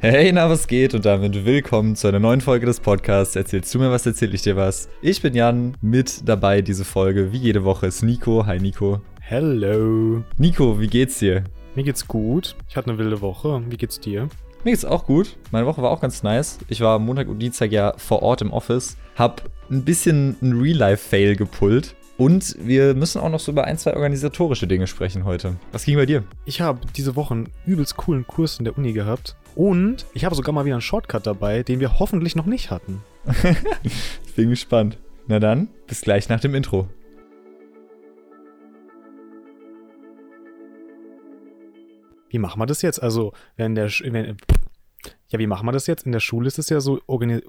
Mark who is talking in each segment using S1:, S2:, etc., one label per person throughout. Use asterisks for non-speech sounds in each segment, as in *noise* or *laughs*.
S1: Hey, na, was geht? Und damit willkommen zu einer neuen Folge des Podcasts. Erzählst du mir was, erzähl ich dir was. Ich bin Jan, mit dabei diese Folge. Wie jede Woche ist Nico. Hi, Nico.
S2: Hello.
S1: Nico, wie geht's dir?
S2: Mir geht's gut. Ich hatte eine wilde Woche. Wie geht's dir?
S1: Mir geht's auch gut. Meine Woche war auch ganz nice. Ich war Montag und Dienstag ja vor Ort im Office, hab ein bisschen ein Real-Life-Fail gepullt. Und wir müssen auch noch so über ein, zwei organisatorische Dinge sprechen heute. Was ging bei dir?
S2: Ich habe diese Woche einen übelst coolen Kurs in der Uni gehabt. Und ich habe sogar mal wieder einen Shortcut dabei, den wir hoffentlich noch nicht hatten.
S1: Ich bin gespannt. Na dann, bis gleich nach dem Intro. *laughs*
S2: Wie machen wir das jetzt? Also, wenn der. Sch wenn, ja, wie machen wir das jetzt? In der Schule ist es ja so *laughs* organisiert.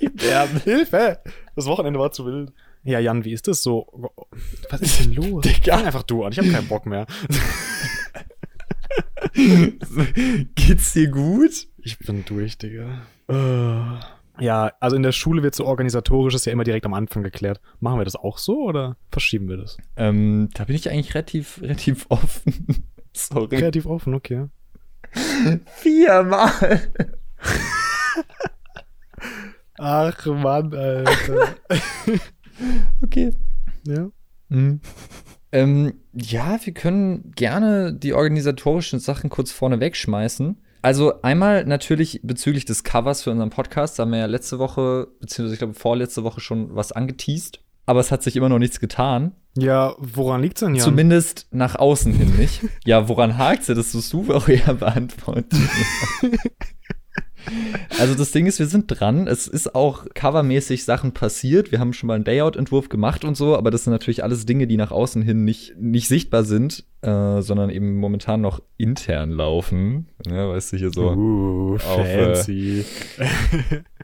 S1: Die Bären.
S2: Hilfe! Das Wochenende war zu wild. Ja, Jan, wie ist das so? Was ist denn los? Digga. Fang einfach du an, ich habe keinen Bock mehr.
S1: Geht's dir gut?
S2: Ich bin durch, Digga. Ja, also in der Schule wird so organisatorisches ja immer direkt am Anfang geklärt. Machen wir das auch so oder verschieben wir das?
S1: Ähm, da bin ich eigentlich relativ, *laughs* relativ offen. Sorry.
S2: Kreativ offen, okay.
S1: Viermal.
S2: Ach Mann, Alter.
S1: Okay.
S2: *laughs* ja.
S1: Ähm, ja, wir können gerne die organisatorischen Sachen kurz vorne wegschmeißen. Also einmal natürlich bezüglich des Covers für unseren Podcast, da haben wir ja letzte Woche, beziehungsweise ich glaube vorletzte Woche schon was angeteased, aber es hat sich immer noch nichts getan.
S2: Ja, woran liegt's denn, Jan?
S1: Zumindest nach außen hin nicht. ja, woran hakt's denn? Das musst du auch eher beantworten. also das Ding ist, wir sind dran. Es ist auch covermäßig Sachen passiert. Wir haben schon mal einen Layout-Entwurf gemacht und so, aber das sind natürlich alles Dinge, die nach außen hin nicht, nicht sichtbar sind, äh, sondern eben momentan noch intern laufen. Ja, weißt du, hier so.
S2: Uh,
S1: Auf, äh,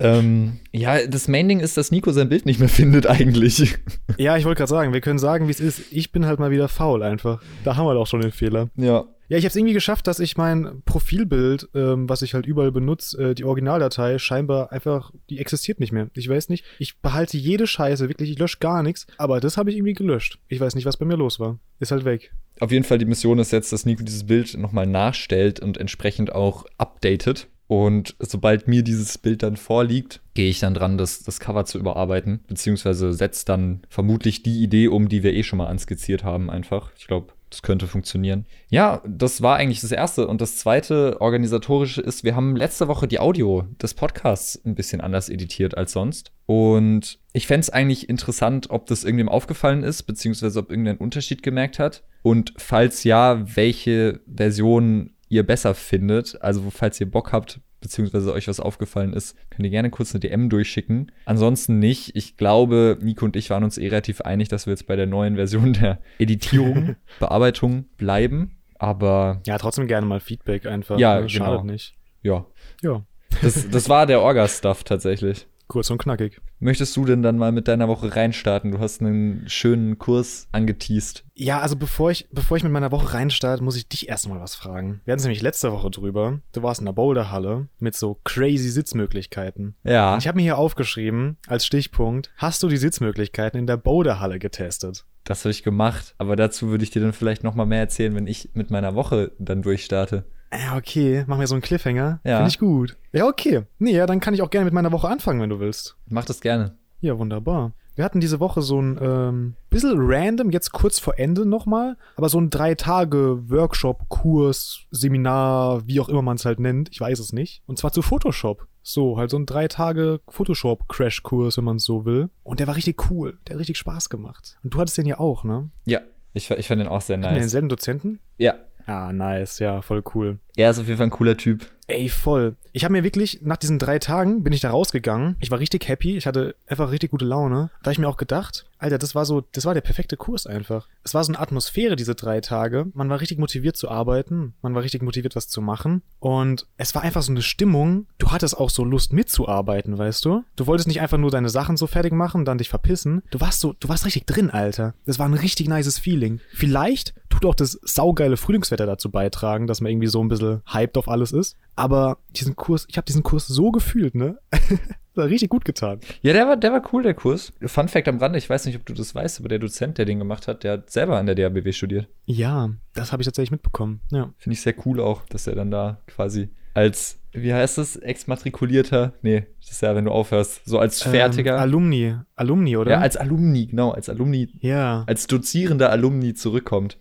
S1: Ähm, ja, das Main-Ding ist, dass Nico sein Bild nicht mehr *laughs* findet eigentlich.
S2: ja, ich wollte gerade sagen, wir können sagen, wie es ist. Ich bin halt mal wieder faul einfach. Da haben wir doch schon den Fehler.
S1: ja.
S2: Ja, ich habe es irgendwie geschafft, dass ich mein Profilbild, ähm, was ich halt überall benutze, äh, die Originaldatei scheinbar einfach, die existiert nicht mehr. Ich weiß nicht, ich behalte jede Scheiße, wirklich, ich lösche gar nichts, aber das habe ich irgendwie gelöscht. Ich weiß nicht, was bei mir los war. Ist halt weg.
S1: Auf jeden Fall, die Mission ist jetzt, dass Nico dieses Bild nochmal nachstellt und entsprechend auch updatet. Und sobald mir dieses Bild dann vorliegt, gehe ich dann dran, das, das Cover zu überarbeiten. Beziehungsweise setzt dann vermutlich die Idee um, die wir eh schon mal anskizziert haben, einfach. Ich glaube, das könnte funktionieren. Ja, das war eigentlich das Erste. Und das Zweite organisatorische ist, wir haben letzte Woche die Audio des Podcasts ein bisschen anders editiert als sonst. Und ich fände es eigentlich interessant, ob das irgendwem aufgefallen ist, beziehungsweise ob irgendein Unterschied gemerkt hat. Und falls ja, welche Version ihr besser findet. Also falls ihr Bock habt, beziehungsweise euch was aufgefallen ist, könnt ihr gerne kurz eine DM durchschicken. Ansonsten nicht. Ich glaube, Nico und ich waren uns eh relativ einig, dass wir jetzt bei der neuen Version der Editierung, Bearbeitung bleiben. Aber
S2: Ja, trotzdem gerne mal Feedback einfach.
S1: Ja,
S2: Ne, schadet
S1: genau.
S2: nicht.
S1: ja,
S2: Ja,
S1: das, das war der Orga-Stuff tatsächlich.
S2: kurz und knackig.
S1: Möchtest du denn dann mal mit deiner Woche reinstarten? Du hast einen schönen Kurs angeteased.
S2: Ja, also bevor ich, bevor ich mit meiner Woche reinstarte, muss ich dich erstmal was fragen. Wir hatten es nämlich letzte Woche drüber. Du warst in der Boulderhalle mit so crazy Sitzmöglichkeiten.
S1: Ja,
S2: Ich habe mir hier aufgeschrieben, als Stichpunkt, hast du die Sitzmöglichkeiten in der Boulderhalle getestet?
S1: das habe ich gemacht. Aber dazu würde ich dir dann vielleicht noch mal mehr erzählen, wenn ich mit meiner Woche dann durchstarte.
S2: Ja, Äh, okay, machen wir so einen Cliffhanger.
S1: Ja.
S2: Finde ich gut. Ja, okay. Nee, ja, dann kann ich auch gerne mit meiner Woche anfangen, wenn du willst.
S1: Mach das gerne.
S2: Ja, wunderbar. Wir hatten diese Woche so ein ähm, bisschen random, jetzt kurz vor Ende nochmal, aber so ein drei Tage Workshop, Kurs, Seminar, wie auch immer man es halt nennt, ich weiß es nicht. Und zwar zu Photoshop. So, halt so ein drei Tage Photoshop-Crash-Kurs, wenn man es so will. Und der war richtig cool. Der hat richtig Spaß gemacht. Und du hattest den ja auch, ne?
S1: Ja, ich, fa- ich fand den auch sehr
S2: Hatten wir
S1: nice.
S2: denselben Dozenten?
S1: Ja,
S2: Ah, nice, ja, voll cool.
S1: er ist auf jeden Fall ein cooler Typ.
S2: Ey, voll. Ich habe mir wirklich, nach diesen drei Tagen bin ich da rausgegangen. Ich war richtig happy. Ich hatte einfach richtig gute Laune. Da hab ich mir auch gedacht, Alter, das war so, das war der perfekte Kurs einfach. Es war so eine Atmosphäre, diese drei Tage. Man war richtig motiviert zu arbeiten. Man war richtig motiviert, was zu machen. Und es war einfach so eine Stimmung. Du hattest auch so Lust mitzuarbeiten, weißt du? Du wolltest nicht einfach nur deine Sachen so fertig machen, dann dich verpissen. Du warst so, du warst richtig drin, Alter. Das war ein richtig nices Feeling. Vielleicht tut auch das saugeile Frühlingswetter dazu beitragen, dass man irgendwie so ein bisschen teilweise hyped auf alles ist. Aber diesen Kurs, ich habe diesen Kurs so gefühlt, ne? *laughs* Das hat richtig gut getan.
S1: Ja, der war, der war cool, der Kurs. Fun Fact am Rande, ich weiß nicht, ob du das weißt, aber der Dozent, der den gemacht hat, der hat selber an der DABW studiert.
S2: Ja, das habe ich tatsächlich mitbekommen. Ja.
S1: Finde ich sehr cool auch, dass er dann da quasi als, wie heißt es, exmatrikulierter, nee, das ist ja, wenn du aufhörst, so als fertiger.
S2: Ähm, Alumni. Alumni, oder?
S1: ja, als Alumni, genau, als Alumni,
S2: ja.
S1: als dozierender Alumni
S2: *laughs*
S1: zurückkommt.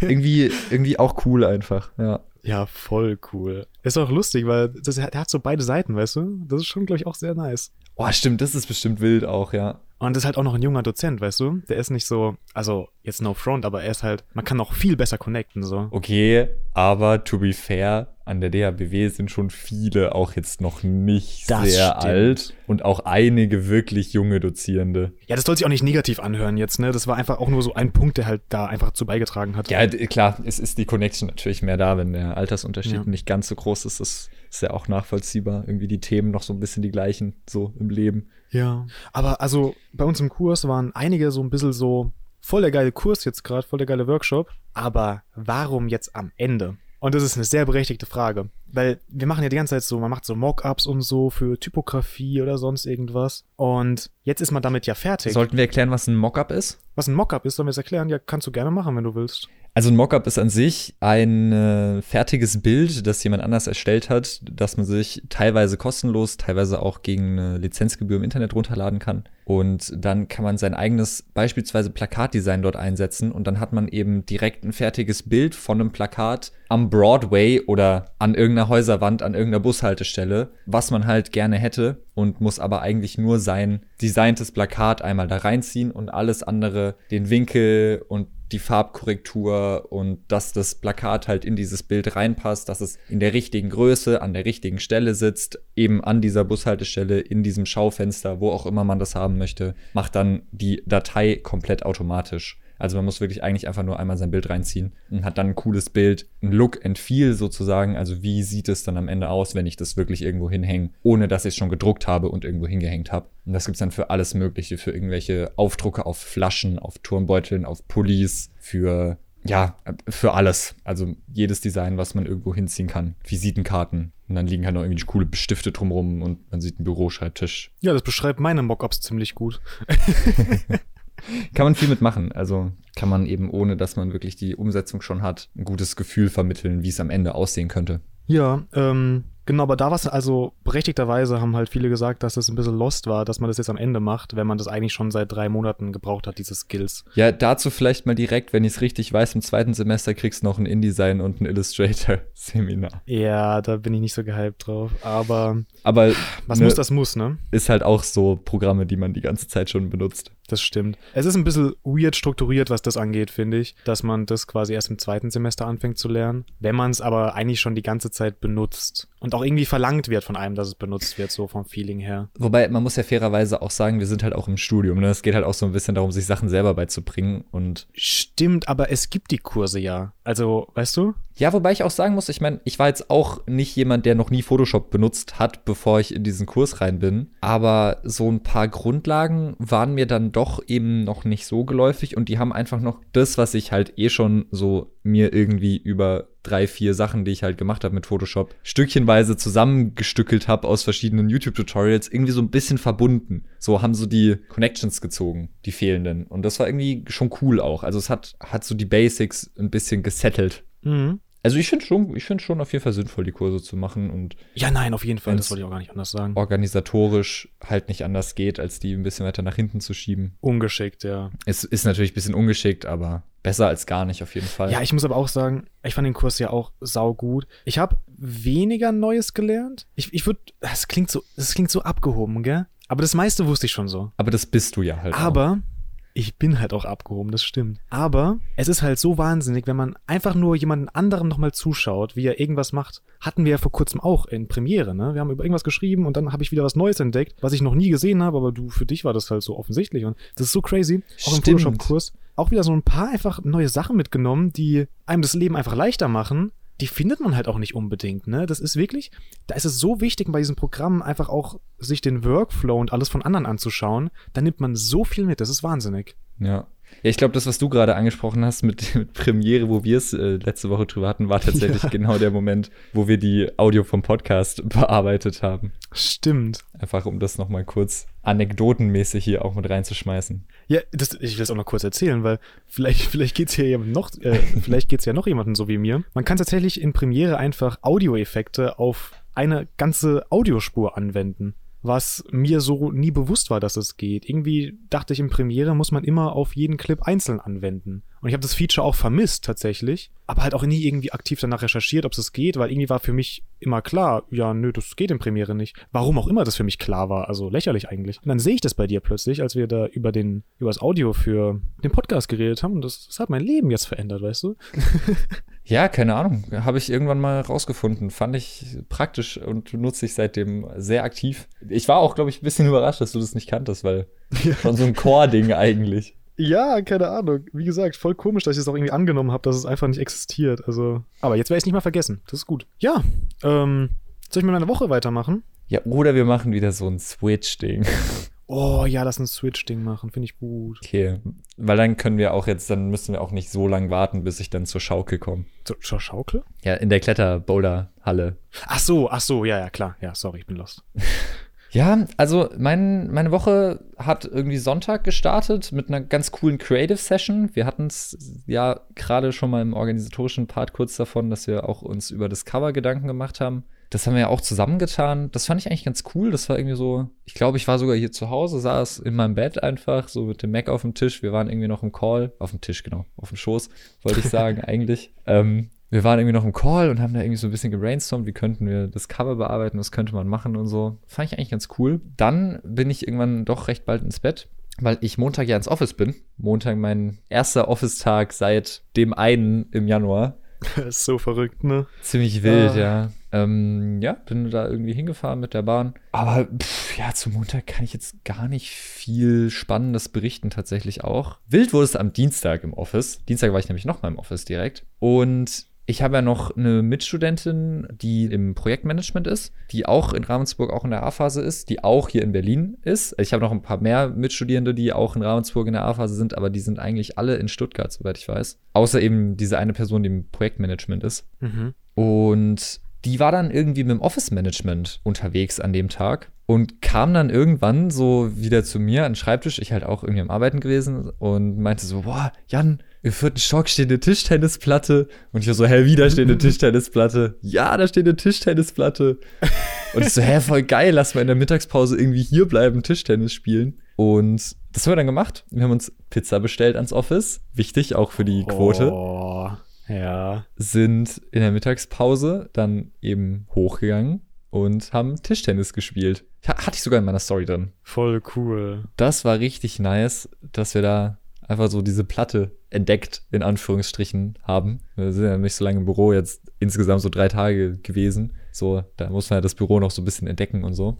S1: irgendwie, irgendwie auch cool einfach, ja.
S2: Ja, voll cool. Ist auch lustig, weil das, der hat so beide Seiten, weißt du? Das ist schon, glaube ich, auch sehr nice.
S1: Oh, stimmt, das ist bestimmt wild auch, ja.
S2: Und ist halt auch noch ein junger Dozent, weißt du? Der ist nicht so, also jetzt no front, aber er ist halt, man kann noch viel besser connecten, so.
S1: Okay, aber to be fair, an der DHBW sind schon viele auch jetzt noch nicht
S2: Das
S1: sehr
S2: stimmt.
S1: alt und auch einige wirklich junge Dozierende.
S2: Ja, das soll sich auch nicht negativ anhören jetzt, ne? Das war einfach auch nur so ein Punkt, der halt da einfach zu beigetragen hat.
S1: Ja, d- klar, es ist die Connection natürlich mehr da, wenn der Altersunterschied
S2: Ja.
S1: nicht ganz so groß ist. Das ist ja auch nachvollziehbar. Irgendwie die Themen noch so ein bisschen die gleichen, so im Leben.
S2: Ja. Aber also bei uns im Kurs waren einige so ein bisschen so, voll der geile Kurs jetzt gerade, voll der geile Workshop, aber warum jetzt am Ende? Und das ist eine sehr berechtigte Frage, weil wir machen ja die ganze Zeit so, man macht so Mockups und so für Typografie oder sonst irgendwas und jetzt ist man damit ja fertig.
S1: Sollten wir erklären, was ein Mockup ist?
S2: Was ein Mockup ist, sollen wir es erklären? Ja, kannst du gerne machen, wenn du willst.
S1: Also ein Mockup ist an sich ein äh, fertiges Bild, das jemand anders erstellt hat, das man sich teilweise kostenlos, teilweise auch gegen eine Lizenzgebühr im Internet runterladen kann. Und dann kann man sein eigenes beispielsweise Plakatdesign dort einsetzen und dann hat man eben direkt ein fertiges Bild von einem Plakat am Broadway oder an irgendeiner Häuserwand, an irgendeiner Bushaltestelle, was man halt gerne hätte und muss aber eigentlich nur sein designtes Plakat einmal da reinziehen und alles andere, den Winkel und die Farbkorrektur und dass das Plakat halt in dieses Bild reinpasst, dass es in der richtigen Größe, an der richtigen Stelle sitzt, eben an dieser Bushaltestelle, in diesem Schaufenster, wo auch immer man das haben möchte, macht dann die Datei komplett automatisch. Also man muss wirklich eigentlich einfach nur einmal sein Bild reinziehen und hat dann ein cooles Bild, ein Look and Feel sozusagen. Also wie sieht es dann am Ende aus, wenn ich das wirklich irgendwo hinhänge, ohne dass ich es schon gedruckt habe und irgendwo hingehängt habe. Und das gibt's dann für alles Mögliche, für irgendwelche Aufdrucke auf Flaschen, auf Turmbeuteln, auf Pullis, für ja, für alles. Also jedes Design, was man irgendwo hinziehen kann. Visitenkarten. Und dann liegen halt noch irgendwie coole Stifte drumrum und man sieht einen Büroschreibtisch.
S2: Ja, das beschreibt meine Mockups ziemlich gut.
S1: Kann man viel mitmachen. Also kann man eben, ohne dass man wirklich die Umsetzung schon hat, ein gutes Gefühl vermitteln, wie es am Ende aussehen könnte.
S2: Ja, ähm, genau, aber da war es also berechtigterweise haben halt viele gesagt, dass das ein bisschen lost war, dass man das jetzt am Ende macht, wenn man das eigentlich schon seit drei Monaten gebraucht hat, diese Skills.
S1: Ja, dazu vielleicht mal direkt, wenn ich es richtig weiß, im zweiten Semester kriegst du noch ein InDesign und ein Illustrator-Seminar.
S2: Ja, da bin ich nicht so gehypt drauf, aber
S1: Aber
S2: was
S1: ne,
S2: muss, das muss, ne?
S1: ist halt auch so Programme, die man die ganze Zeit schon benutzt.
S2: Das stimmt. Es ist ein bisschen weird strukturiert, was das angeht, finde ich, dass man das quasi erst im zweiten Semester anfängt zu lernen, wenn man es aber eigentlich schon die ganze Zeit benutzt und auch irgendwie verlangt wird von einem, dass es benutzt wird, so vom Feeling her.
S1: Wobei, man muss ja fairerweise auch sagen, wir sind halt auch im Studium. Ne? Es geht halt auch so ein bisschen darum, sich Sachen selber beizubringen. Und
S2: Stimmt, aber es gibt die Kurse ja. Also, weißt du?
S1: ja, wobei ich auch sagen muss, ich meine, ich war jetzt auch nicht jemand, der noch nie Photoshop benutzt hat, bevor ich in diesen Kurs rein bin. Aber so ein paar Grundlagen waren mir dann doch eben noch nicht so geläufig. Und die haben einfach noch das, was ich halt eh schon so mir irgendwie über drei, vier Sachen, die ich halt gemacht habe mit Photoshop, stückchenweise zusammengestückelt habe aus verschiedenen YouTube-Tutorials, irgendwie so ein bisschen verbunden. So haben so die Connections gezogen, die fehlenden. Und das war irgendwie schon cool auch. Also es hat, hat so die Basics ein bisschen gesettelt.
S2: Mhm.
S1: Also ich finde schon, ich finde schon auf jeden Fall sinnvoll, die Kurse zu machen und
S2: Ja, nein, auf jeden Fall.
S1: Wenn's-
S2: Das wollte ich auch gar nicht anders sagen.
S1: organisatorisch halt nicht anders geht, als die ein bisschen weiter nach hinten zu schieben.
S2: Ungeschickt, ja.
S1: Es ist natürlich ein bisschen ungeschickt, aber besser als gar nicht auf jeden Fall.
S2: Ja, ich muss aber auch sagen, ich fand den Kurs ja auch saugut. Ich habe weniger Neues gelernt. Ich, ich würde, das klingt so, das klingt so abgehoben, gell? Aber das meiste wusste ich schon so.
S1: aber das bist du ja halt. auch.
S2: Aber ich bin halt auch abgehoben, das stimmt. Aber es ist halt so wahnsinnig, wenn man einfach nur jemanden anderem nochmal zuschaut, wie er irgendwas macht. Hatten wir ja vor kurzem auch in Premiere, ne? Wir haben über irgendwas geschrieben und dann habe ich wieder was Neues entdeckt, was ich noch nie gesehen habe, aber du, für dich war das halt so offensichtlich und das ist so crazy. Auch im
S1: Stimmt.
S2: Photoshop-Kurs. Auch wieder so ein paar einfach neue Sachen mitgenommen, die einem das Leben einfach leichter machen. Die findet man halt auch nicht unbedingt, ne? Das ist wirklich, da ist es so wichtig, bei diesen Programmen einfach auch sich den Workflow und alles von anderen anzuschauen. Da nimmt man so viel mit, das ist wahnsinnig.
S1: Ja. Ja, ich glaube, das, was du gerade angesprochen hast mit, *laughs* mit Premiere, wo wir es äh, letzte Woche drüber hatten, war tatsächlich
S2: *laughs* Ja.
S1: genau der Moment, wo wir die Audio vom Podcast bearbeitet haben.
S2: Stimmt.
S1: Einfach um das nochmal kurz anekdotenmäßig hier auch mit reinzuschmeißen.
S2: Ja, das, ich will es auch noch kurz erzählen, weil vielleicht, *laughs* vielleicht geht's hier jemand noch, äh, vielleicht geht's ja noch jemandem so wie mir. Man kann tatsächlich in Premiere einfach Audioeffekte auf eine ganze Audiospur anwenden, was mir so nie bewusst war, dass es geht. Irgendwie dachte ich, in Premiere muss man immer auf jeden Clip einzeln anwenden. Und ich habe das Feature auch vermisst tatsächlich, aber halt auch nie irgendwie aktiv danach recherchiert, ob es geht, weil irgendwie war für mich immer klar, ja, nö, das geht in Premiere nicht. Warum auch immer das für mich klar war, also lächerlich eigentlich. Und dann sehe ich das bei dir plötzlich, als wir da über den über das Audio für den Podcast geredet haben und das, das hat mein Leben jetzt verändert, weißt du?
S1: Ja, keine Ahnung. Habe ich irgendwann mal rausgefunden. Fand ich praktisch und nutze ich seitdem sehr aktiv. Ich war auch, glaube ich, ein bisschen überrascht, dass du das nicht kanntest, weil schon so ein Core-Ding eigentlich.
S2: Ja, keine Ahnung. Wie gesagt, voll komisch, dass ich es auch irgendwie angenommen habe, dass es einfach nicht existiert. Also, aber jetzt werde ich es nicht mal vergessen. Das ist gut. Ja, ähm, soll ich mit meiner Woche weitermachen?
S1: Ja, oder wir machen wieder so ein Switch-Ding.
S2: Oh ja, lass ein Switch-Ding machen, finde ich gut.
S1: Okay. Weil dann können wir auch jetzt, dann müssen wir auch nicht so lange warten, bis ich dann zur Schaukel komme.
S2: Zur, zur Schaukel?
S1: Ja, in der Kletter-Boulder-Halle.
S2: Ach so, ach so, ja, ja, klar. Ja, sorry, ich
S1: *laughs*
S2: bin lost.
S1: Ja, also mein, meine Woche hat irgendwie Sonntag gestartet mit einer ganz coolen Creative Session. Wir hatten es ja gerade schon mal im organisatorischen Part kurz davon, dass wir auch uns über das Cover Gedanken gemacht haben. Das haben wir ja auch zusammengetan. Das fand ich eigentlich ganz cool. Das war irgendwie so, ich glaube, ich war sogar hier zu Hause, saß in meinem Bett einfach, so mit dem Mac auf dem Tisch. Wir waren irgendwie noch im Call, auf dem Tisch, genau, auf dem Schoß, wollte ich sagen, eigentlich. Ähm, wir waren irgendwie noch im Call und haben da irgendwie so ein bisschen gebrainstormt, wie könnten wir das Cover bearbeiten, was könnte man machen und so. Fand ich eigentlich ganz cool. Dann bin ich irgendwann doch recht bald ins Bett, weil ich Montag ja ins Office bin. Montag mein erster Office-Tag seit dem einen im Januar.
S2: ist so verrückt, ne?
S1: Ziemlich wild,
S2: Ah.
S1: ja. Ähm, ja, bin da irgendwie hingefahren mit der Bahn. Aber pff, ja, zum Montag kann ich jetzt gar nicht viel Spannendes berichten, tatsächlich auch. Wild wurde es am Dienstag im Office. Dienstag war ich nämlich noch mal im Office direkt. Und ich habe ja noch eine Mitstudentin, die im Projektmanagement ist, die auch in Ravensburg auch in der A-Phase ist, die auch hier in Berlin ist. Ich habe noch ein paar mehr Mitstudierende, die auch in Ravensburg in der A-Phase sind, aber die sind eigentlich alle in Stuttgart, soweit ich weiß. Außer eben diese eine Person, die im Projektmanagement ist.
S2: Mhm.
S1: Und die war dann irgendwie mit dem Office-Management unterwegs an dem Tag und kam dann irgendwann so wieder zu mir an den Schreibtisch. Ich halt auch irgendwie am Arbeiten gewesen und meinte so: Boah, Jan, im vierten Stock steht eine Tischtennisplatte. Und ich war so: Hä, wie da steht eine Tischtennisplatte? Ja, da steht eine Tischtennisplatte. Und ich so: Hä, voll geil, lass mal in der Mittagspause irgendwie hier bleiben, Tischtennis spielen. Und das haben wir dann gemacht. Wir haben uns Pizza bestellt ans Office. Wichtig, auch für die Quote
S2: Oh, ja.
S1: sind in der Mittagspause dann eben hochgegangen und haben Tischtennis gespielt. Ha- Hatte ich sogar in meiner Story drin.
S2: Voll
S1: *laughs*
S2: cool.
S1: Das war richtig nice, dass wir da einfach so diese Platte entdeckt, in Anführungsstrichen, haben. Wir sind ja nicht so lange im Büro, jetzt insgesamt so drei Tage gewesen. So, da muss man ja das Büro noch so ein bisschen entdecken und so.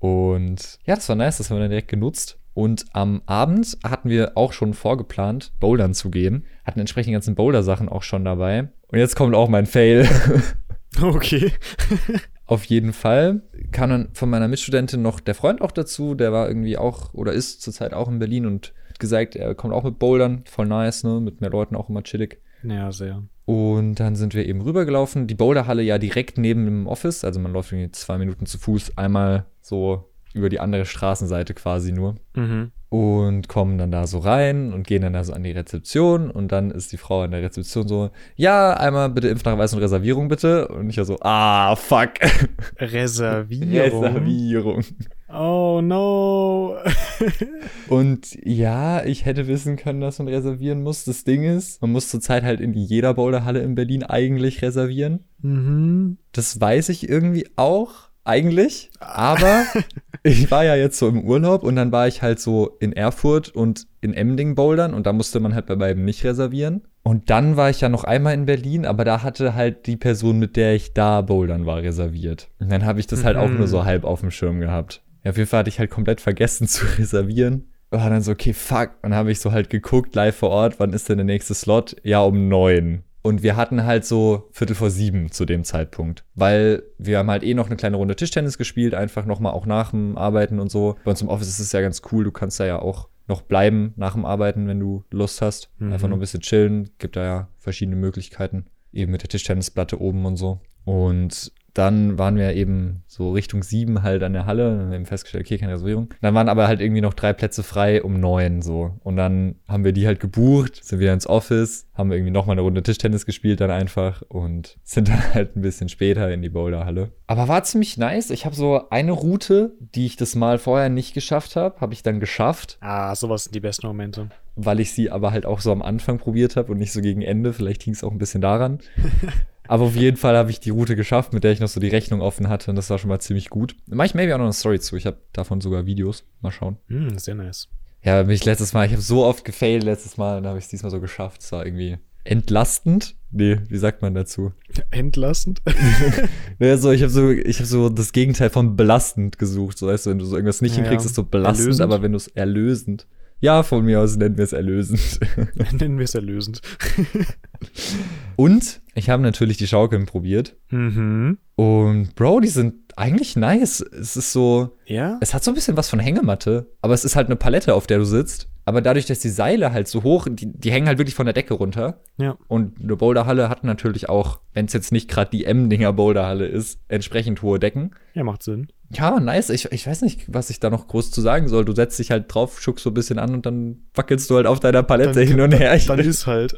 S1: Und ja, das war nice, das haben wir dann direkt genutzt. Und am Abend hatten wir auch schon vorgeplant, bouldern zu gehen. Hatten entsprechend die ganzen Boulder-Sachen auch schon dabei. Und jetzt kommt auch mein Fail. *laughs*
S2: okay.
S1: Auf jeden Fall kam dann von meiner Mitstudentin noch der Freund auch dazu, der war irgendwie auch oder ist zurzeit auch in Berlin und hat gesagt, er kommt auch mit Bouldern, voll nice, ne, mit mehr Leuten auch immer chillig.
S2: Ja, sehr.
S1: Und dann sind wir eben rübergelaufen, die Boulderhalle ja direkt neben dem Office, also man läuft irgendwie zwei Minuten zu Fuß einmal so über die andere Straßenseite quasi nur
S2: Mhm.
S1: und kommen dann da so rein und gehen dann da so an die Rezeption und dann ist die Frau an der Rezeption so, ja, einmal bitte Impfnachweis und Reservierung bitte und ich ja so, ah, fuck.
S2: Reservierung.
S1: Reservierung.
S2: Oh no. *laughs*
S1: Und ja, ich hätte wissen können, dass man reservieren muss. Das Ding ist, man muss zurzeit halt in jeder Boulderhalle in Berlin eigentlich reservieren.
S2: mhm.
S1: Das weiß ich irgendwie auch, eigentlich. Aber ich war ja jetzt so im Urlaub und dann war ich halt so in Erfurt und in Emding bouldern und da musste man halt bei beiden nicht reservieren. Und dann war ich ja noch einmal in Berlin, aber da hatte halt die Person, mit der ich da bouldern war, reserviert. Und dann habe ich das halt auch
S2: Mhm.
S1: nur so halb auf dem Schirm gehabt. Ja, auf jeden Fall hatte ich halt komplett vergessen *laughs* zu reservieren. War dann so, okay, fuck. Und dann habe ich so halt geguckt, live vor Ort, wann ist denn der nächste Slot? Ja, um neun. Und wir hatten halt so Viertel vor sieben zu dem Zeitpunkt. Weil wir haben halt eh noch eine kleine Runde Tischtennis gespielt, einfach nochmal auch nach dem Arbeiten und so. Bei uns im Office ist es ja ganz cool, du kannst da ja auch noch bleiben nach dem Arbeiten, wenn du Lust hast.
S2: Mhm.
S1: Einfach nur ein bisschen chillen. Gibt da ja verschiedene Möglichkeiten. Eben mit der Tischtennisplatte oben und so. Und dann waren wir eben so Richtung sieben halt an der Halle. Dann haben wir eben festgestellt, okay, keine Reservierung. Dann waren aber halt irgendwie noch drei Plätze frei um neun so. Und dann haben wir die halt gebucht, sind wieder ins Office, haben irgendwie nochmal eine Runde Tischtennis gespielt dann einfach und sind dann *laughs* halt ein bisschen später in die Boulderhalle. Aber war ziemlich nice. Ich habe so eine Route, die ich das Mal vorher nicht geschafft habe, habe ich dann geschafft
S2: Ah, sowas sind die besten Momente.
S1: weil ich sie aber halt auch so am Anfang probiert habe und nicht so gegen Ende. Vielleicht hing es auch ein bisschen
S2: *laughs*
S1: daran. aber auf jeden Fall habe ich die Route geschafft, mit der ich noch so die Rechnung offen hatte und das war schon mal ziemlich gut. Mach ich maybe auch noch eine Story zu. Ich habe davon sogar Videos. Mal schauen.
S2: Hm, sehr nice.
S1: Ja, mich letztes Mal, ich habe so oft gefailt letztes Mal und habe ich es diesmal so geschafft. Es war irgendwie entlastend. Nee, wie sagt man dazu? *laughs*
S2: Entlastend.
S1: Ja, so, ich habe so, ich hab so das Gegenteil von belastend gesucht. So, weißt du, wenn du so irgendwas nicht
S2: Ja,
S1: hinkriegst,
S2: ja.
S1: ist so belastend,
S2: Erlösend?
S1: aber wenn du es erlösend. Ja, von mir aus nennen wir es erlösend.
S2: *laughs* Nennen wir es erlösend.
S1: Und ich habe natürlich die Schaukeln probiert.
S2: Mhm.
S1: Und Bro, die sind eigentlich nice. Es ist so,
S2: Ja?
S1: es hat so ein bisschen was von Hängematte, aber es ist halt eine Palette, auf der du sitzt. Aber dadurch, dass die Seile halt so hoch, die, die hängen halt wirklich von der Decke runter.
S2: Ja.
S1: Und eine Boulderhalle hat natürlich auch, wenn es jetzt nicht gerade die M-Dinger Boulderhalle ist, entsprechend hohe Decken.
S2: Ja, macht Sinn.
S1: Ja, nice. Ich, ich weiß nicht, was ich da noch groß zu sagen soll. Du setzt dich halt drauf, schuckst so ein bisschen an und dann wackelst du halt auf deiner Palette
S2: Dann-
S1: hin und her. Ich
S2: *laughs* Dann ist halt.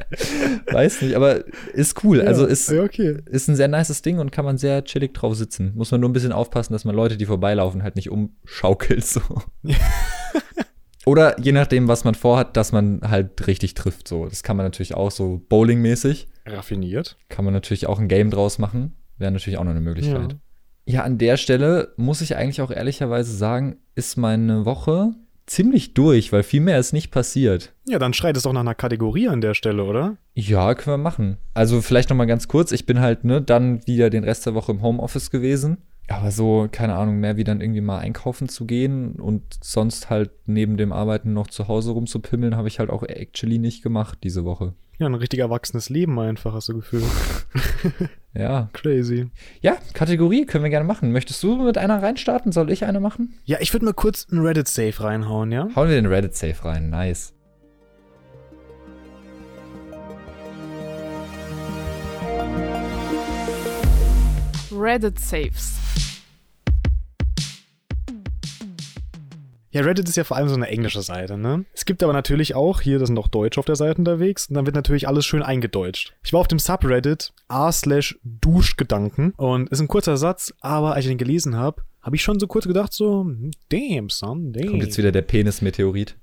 S1: *laughs* weiß nicht, aber ist cool. Also
S2: ja.
S1: ist,
S2: Ja, okay.
S1: ist ein sehr nices Ding und kann man sehr chillig drauf sitzen. Muss man nur ein bisschen aufpassen, dass man Leute, die vorbeilaufen, halt nicht umschaukelt. So. Oder je nachdem, was man vorhat, dass man halt richtig trifft. So. Das kann man natürlich auch so bowlingmäßig.
S2: Raffiniert.
S1: Kann man natürlich auch ein Game draus machen. Wäre natürlich auch noch eine Möglichkeit.
S2: Ja.
S1: Ja. an der Stelle muss ich eigentlich auch ehrlicherweise sagen, ist meine Woche ziemlich durch, weil viel mehr ist nicht passiert.
S2: Ja, dann schreit es doch nach einer Kategorie an der Stelle, oder?
S1: Ja, können wir machen. Also vielleicht noch mal ganz kurz, ich bin halt ne dann wieder den Rest der Woche im Homeoffice gewesen, aber so keine Ahnung, mehr wie dann irgendwie mal einkaufen zu gehen und sonst halt neben dem Arbeiten noch zu Hause rumzupimmeln, habe ich halt auch actually nicht gemacht diese Woche.
S2: Ja, ein richtig erwachsenes Leben einfach, hast du Gefühl. *laughs*
S1: Ja.
S2: Crazy.
S1: Ja, Kategorie können wir gerne machen. Möchtest du mit einer reinstarten? Soll ich eine machen?
S2: Ja, ich würde mal kurz ein Reddit-Safe reinhauen, ja?
S1: Hauen wir den Reddit Safe rein. Nice.
S3: Reddit Saves.
S2: Ja, Reddit ist ja vor allem so eine englische Seite, ne? Es gibt aber natürlich auch, hier, da sind auch Deutsche auf der Seite unterwegs, und dann wird natürlich alles schön eingedeutscht. Ich war auf dem Subreddit r slash Duschgedanken und ist ein kurzer Satz, aber als ich den gelesen habe, habe ich schon so kurz gedacht, so, damn, son, damn.
S1: Kommt jetzt wieder der Penis Meteorit.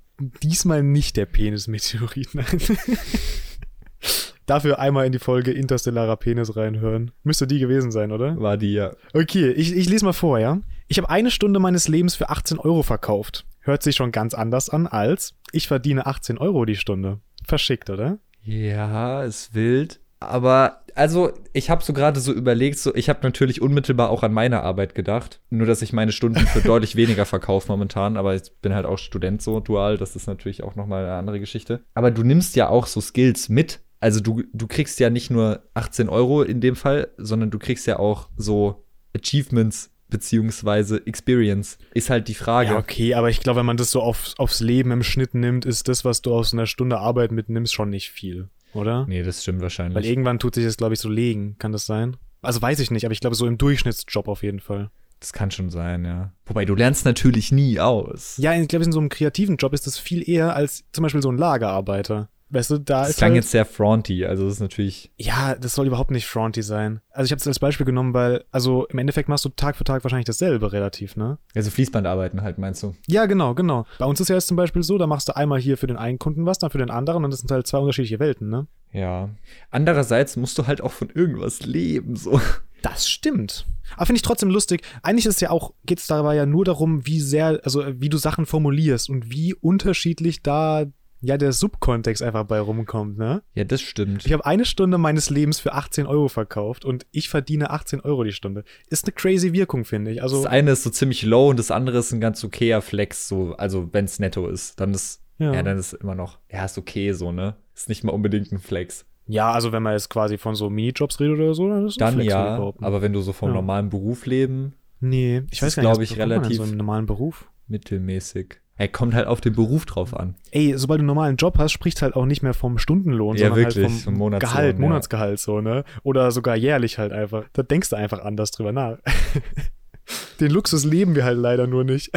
S2: Diesmal nicht der Penis-Meteorit, nein. *laughs* Dafür einmal in die Folge Interstellarer Penis reinhören. Müsste die gewesen sein, oder?
S1: War die ja.
S2: Okay, ich, ich lese mal vor, ja? Ich habe eine Stunde meines Lebens für 18 Euro verkauft. Hört sich schon ganz anders an als ich verdiene 18 Euro die Stunde. Verschickt, oder?
S1: Ja, ist wild. Aber also, ich habe so gerade so überlegt, so ich habe natürlich unmittelbar auch an meine Arbeit gedacht, nur dass ich meine Stunden
S2: *laughs*
S1: für deutlich weniger verkaufe momentan, aber ich bin halt auch Student so dual, das ist natürlich auch noch mal eine andere Geschichte. Aber du nimmst ja auch so Skills mit. Also du du kriegst ja nicht nur 18 Euro in dem Fall, sondern du kriegst ja auch so Achievements beziehungsweise Experience. Ist halt die Frage.
S2: Ja, okay, aber ich glaube, wenn man das so auf, aufs Leben im Schnitt nimmt, ist das, was du aus einer Stunde Arbeit mitnimmst, schon nicht viel, oder?
S1: Nee, das stimmt wahrscheinlich.
S2: Weil irgendwann tut sich das, glaube ich, so legen. Kann das sein? Also weiß ich nicht, aber ich glaube, so im Durchschnittsjob auf jeden Fall.
S1: das kann schon sein, ja. Wobei du lernst natürlich nie aus.
S2: Ja, ich glaube, in so einem kreativen Job ist das viel eher als zum Beispiel so ein Lagerarbeiter. Weißt du, da
S1: Das
S2: ist
S1: klang
S2: halt
S1: jetzt sehr fronty, also das ist natürlich.
S2: Ja, das soll überhaupt nicht fronty sein. Also ich habe es als Beispiel genommen, weil, also im Endeffekt machst du Tag für Tag wahrscheinlich dasselbe relativ, ne?
S1: Also Fließbandarbeiten halt, meinst du?
S2: Ja, genau, genau. Bei uns ist ja jetzt zum Beispiel so, da machst du einmal hier für den einen Kunden was, dann für den anderen und das sind halt zwei unterschiedliche Welten, ne?
S1: Ja. Andererseits musst du halt auch von irgendwas leben, so.
S2: Das stimmt. Aber finde ich trotzdem lustig. Eigentlich ist ja auch, geht's dabei ja nur darum, wie sehr, also äh, wie du Sachen formulierst und wie unterschiedlich da ja der Subkontext einfach bei rumkommt, ne?
S1: Ja, das stimmt.
S2: Ich habe eine Stunde meines Lebens für 18 Euro verkauft und ich verdiene 18 Euro die Stunde. Ist eine crazy Wirkung, finde ich. Also
S1: das eine ist so ziemlich low und das andere ist ein ganz okayer Flex, so. Also, wenn's netto ist, dann ist.
S2: Ja.
S1: Ja. dann ist immer noch. Ja, ist okay, so, ne? Ist nicht mal unbedingt ein Flex.
S2: Ja, also wenn man jetzt quasi von so Minijobs redet oder so, dann ist es
S1: Dann
S2: ein Flex, würde
S1: ja,
S2: ich behaupten.
S1: aber wenn du so vom
S2: Ja.
S1: normalen Beruf leben,
S2: nee, ich
S1: Das
S2: weiß
S1: ist,
S2: gar nicht,
S1: glaub ich,
S2: bekommt man denn
S1: relativ-
S2: so einen normalen Beruf.
S1: mittelmäßig. Er kommt halt auf den Beruf drauf an.
S2: Ey, sobald du einen normalen Job hast, sprichst halt auch nicht mehr vom Stundenlohn,
S1: Ja,
S2: sondern
S1: wirklich,
S2: halt vom
S1: vom Monatslohn,
S2: Gehalt,
S1: ja.
S2: Monatsgehalt so, ne? Oder sogar jährlich halt einfach. Da denkst du einfach anders drüber nach. *laughs* Den Luxus leben wir halt leider nur nicht.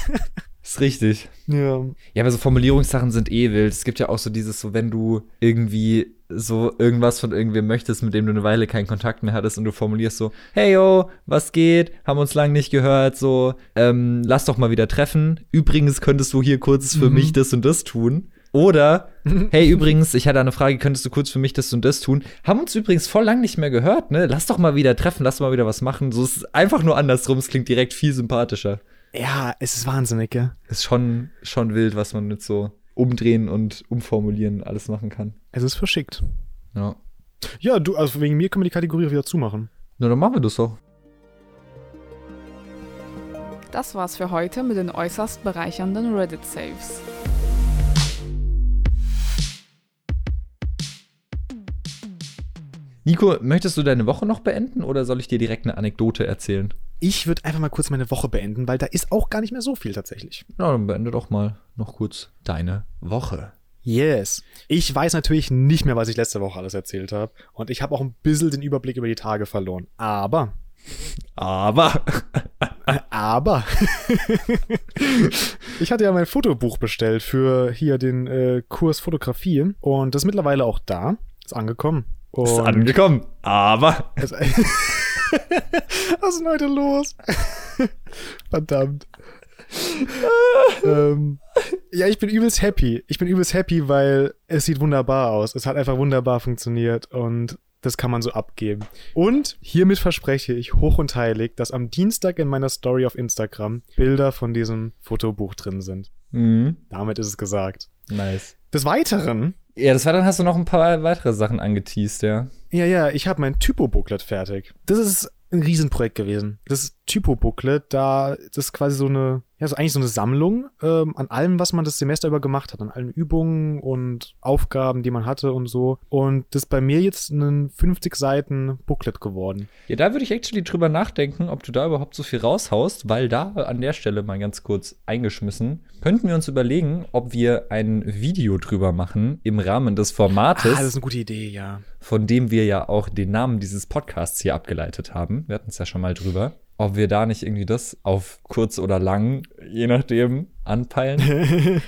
S2: *laughs*
S1: Ist richtig.
S2: Ja.
S1: Ja, aber so Formulierungssachen sind eh wild. Es gibt ja auch so dieses, so wenn du irgendwie so irgendwas von irgendwem möchtest, mit dem du eine Weile keinen Kontakt mehr hattest und du formulierst so, hey yo, was geht? Haben uns lang nicht gehört, so, ähm, lass doch mal wieder treffen. Übrigens könntest du hier kurz für mich das und das tun. Oder, hey, übrigens, ich hatte eine Frage, könntest du kurz für mich das und das tun? Haben uns übrigens voll lang nicht mehr gehört, ne? Lass doch mal wieder treffen, lass mal wieder was machen. So, es ist einfach nur andersrum, es klingt direkt viel sympathischer
S2: Ja, es ist wahnsinnig, gell?
S1: ist schon, schon wild, was man mit so umdrehen und umformulieren alles machen kann.
S2: Es ist verschickt.
S1: Ja.
S2: Ja, du, also wegen mir können wir die Kategorie auch wieder zumachen.
S1: Na, dann machen wir das doch.
S3: Das war's für heute mit den äußerst bereichernden Reddit-Saves.
S1: Nico, möchtest du deine Woche noch beenden oder soll ich dir direkt eine Anekdote erzählen?
S2: Ich würde einfach mal kurz meine Woche beenden, weil da ist auch gar nicht mehr so viel tatsächlich.
S1: Na, dann beende doch mal noch kurz deine Woche.
S2: Yes. Ich weiß natürlich nicht mehr, was ich letzte Woche alles erzählt habe. Und ich habe auch ein bisschen den Überblick über die Tage verloren. Aber,
S1: Aber *laughs*
S2: aber, *laughs* ich hatte ja mein Fotobuch bestellt für hier den äh, Kurs Fotografie. Und das ist mittlerweile auch da. Ist angekommen. Und
S1: ist angekommen. Aber
S2: Es- Was ist denn heute los? *laughs* Verdammt. ähm, ja, ich bin übelst happy. Ich bin übelst happy, weil es sieht wunderbar aus. Es hat einfach wunderbar funktioniert und das kann man so abgeben. Und hiermit verspreche ich hoch und heilig, dass am Dienstag in meiner Story auf Instagram Bilder von diesem Fotobuch drin sind.
S1: *laughs* mhm.
S2: Damit ist es gesagt.
S1: nice.
S2: Des Weiteren,
S1: Ja, das war dann hast du noch ein paar weitere Sachen angeteased, ja.
S2: Ja, ja, ich habe mein Typo-Booklet fertig. Das ist ein Riesenprojekt gewesen. Das Typo-Booklet, da das ist quasi so eine, ja, ist eigentlich so eine Sammlung ähm, an allem, was man das Semester über gemacht hat, an allen Übungen und Aufgaben, die man hatte und so. Und das ist bei mir jetzt ein 50 Seiten Booklet geworden.
S1: Ja, da würde ich actually drüber nachdenken, ob du da überhaupt so viel raushaust, weil da an der Stelle mal ganz kurz eingeschmissen, könnten wir uns überlegen, ob wir ein Video drüber machen im Rahmen des
S2: Ah, das ist
S1: Formates,
S2: eine gute Idee, ja. *laughs*
S1: von dem wir ja auch den Namen dieses Podcasts hier abgeleitet haben. Wir hatten es ja schon mal drüber. Ob wir da nicht irgendwie das auf kurz oder lang, je nachdem, *laughs* anpeilen.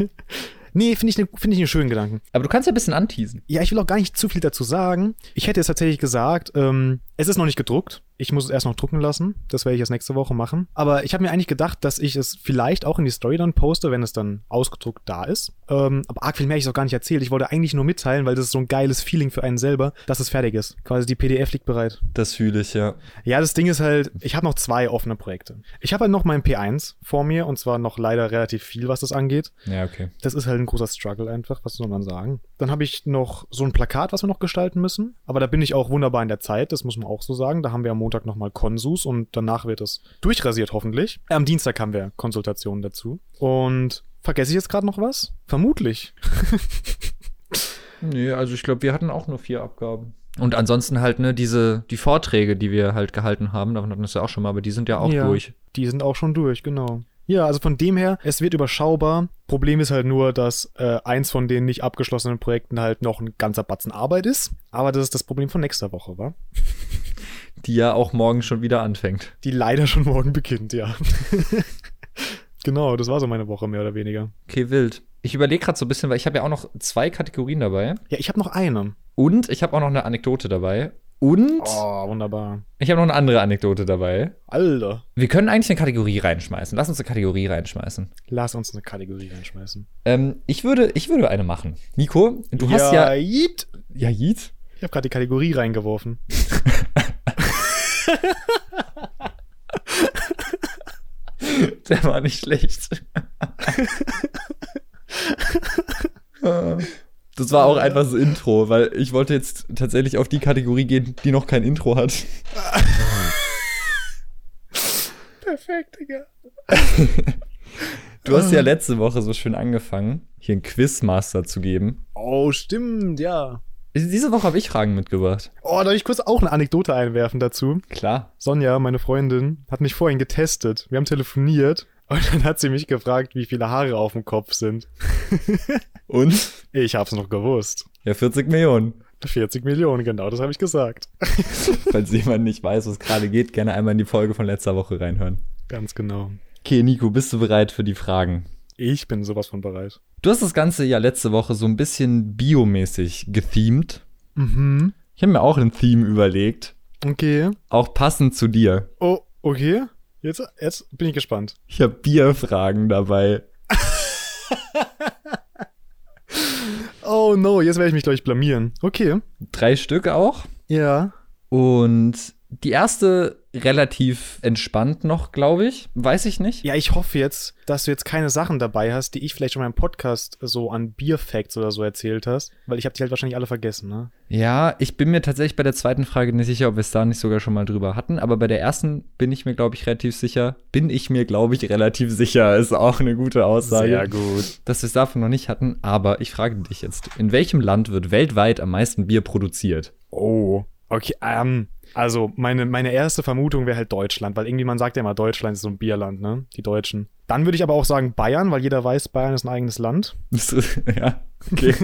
S2: Nee, finde ich, ne, finde ich einen schönen Gedanken.
S1: Aber du kannst ja ein bisschen anteasen.
S2: Ja, ich will auch gar nicht zu viel dazu sagen. Ich hätte jetzt tatsächlich gesagt, ähm, es ist noch nicht gedruckt. Ich muss es erst noch drucken lassen. Das werde ich jetzt nächste Woche machen. Aber ich habe mir eigentlich gedacht, dass ich es vielleicht auch in die Story dann poste, wenn es dann ausgedruckt da ist. Ähm, aber arg viel mehr habe ich es auch gar nicht erzählt. Ich wollte eigentlich nur mitteilen, weil das ist so ein geiles Feeling für einen selber, dass es fertig ist. Quasi die PDF liegt bereit.
S1: Das fühle ich, ja.
S2: Ja, das Ding ist halt, ich habe noch zwei offene Projekte. Ich habe halt noch mein P1 vor mir und zwar noch leider relativ viel, was das angeht.
S1: Ja, okay.
S2: Das ist halt ein großer Struggle einfach, was soll man sagen. Dann habe ich noch so ein Plakat, was wir noch gestalten müssen. Aber da bin ich auch wunderbar in der Zeit, das muss man auch so sagen. Da haben wir am Montag nochmal Konsus und danach wird es durchrasiert hoffentlich. Äh, Am Dienstag haben wir Konsultationen dazu. Und vergesse ich jetzt gerade noch was? Vermutlich.
S1: Nee, also ich glaube, wir hatten auch nur vier Abgaben. Und ansonsten halt, ne, diese, die Vorträge, die wir halt gehalten haben, davon hatten wir es ja auch schon mal, aber die sind ja auch
S2: Ja.
S1: durch.
S2: Die sind auch schon durch, genau. Ja, also von dem her, es wird überschaubar. Problem ist halt nur, dass äh, eins von den nicht abgeschlossenen Projekten halt noch ein ganzer Batzen Arbeit ist. Aber das ist das Problem von nächster Woche, wa?
S1: Die ja auch morgen schon wieder anfängt.
S2: die leider schon morgen beginnt, ja. *laughs* genau, das war so meine Woche mehr oder weniger.
S1: Okay, wild. Ich überlege gerade so ein bisschen, weil ich habe ja auch noch zwei Kategorien dabei.
S2: Ja, ich habe noch eine.
S1: Und ich habe auch noch eine Anekdote dabei. Und
S2: Oh, wunderbar.
S1: ich habe noch eine andere Anekdote dabei.
S2: Alter.
S1: Wir können eigentlich eine Kategorie reinschmeißen. Lass uns eine Kategorie reinschmeißen.
S2: Lass uns eine Kategorie reinschmeißen.
S1: Ähm, ich, würde, ich würde eine machen. Nico, du hast ja.
S2: Yeet.
S1: Ja, Jid?
S2: Ich habe gerade die Kategorie reingeworfen.
S1: Der war nicht schlecht. Das war auch einfach so Intro, weil ich wollte jetzt tatsächlich auf die Kategorie gehen, die noch kein Intro hat.
S2: Perfekt, Digga.
S1: Du hast ja letzte Woche so schön angefangen, hier einen Quizmaster zu geben.
S2: Oh, stimmt, ja.
S1: Diese Woche habe ich Fragen mitgebracht.
S2: Oh, darf ich kurz auch eine Anekdote einwerfen dazu?
S1: Klar.
S2: Sonja, meine Freundin, hat mich vorhin getestet. Wir haben telefoniert Und dann hat sie mich gefragt, wie viele Haare auf dem Kopf sind.
S1: Und?
S2: Ich hab's noch gewusst.
S1: Ja, 40 Millionen.
S2: 40 Millionen, genau, das habe ich gesagt.
S1: Falls jemand nicht weiß, was gerade geht, gerne einmal in die Folge von letzter Woche reinhören.
S2: Ganz genau.
S1: Okay, Nico, bist du bereit für die Fragen?
S2: Ich bin sowas von bereit.
S1: Du hast das Ganze ja letzte Woche so ein bisschen biomäßig gethemed.
S2: Mhm.
S1: Ich habe mir auch ein Theme überlegt,
S2: Okay.
S1: auch passend zu dir.
S2: Oh, okay. Jetzt, jetzt bin ich gespannt.
S1: Ich habe Bierfragen dabei.
S2: Oh no, jetzt werde ich mich, glaube ich, blamieren. Okay.
S1: Drei Stück auch.
S2: Ja.
S1: Und die erste relativ entspannt noch, glaube ich. Weiß ich nicht.
S2: Ja, ich hoffe jetzt, dass du jetzt keine Sachen dabei hast, die ich vielleicht schon in meinem Podcast so an Bierfacts oder so erzählt hast, weil ich habe die halt wahrscheinlich alle vergessen, ne?
S1: Ja, ich bin mir tatsächlich bei der zweiten Frage nicht sicher, ob wir es da nicht sogar schon mal drüber hatten. Aber bei der ersten bin ich mir, glaube ich, relativ sicher. Bin ich mir, glaube ich, relativ sicher. Ist auch eine gute Aussage.
S2: gut.
S1: Dass wir es davon noch nicht hatten. Aber ich frage dich jetzt, in welchem Land wird weltweit am meisten Bier produziert? *laughs*
S2: Oh. Okay, ähm, also meine, meine erste Vermutung wäre halt Deutschland, weil irgendwie man sagt ja immer, Deutschland ist so ein Bierland, ne? Die Deutschen. Dann würde ich aber auch sagen Bayern, weil jeder weiß, Bayern ist ein eigenes Land.
S1: ja, okay.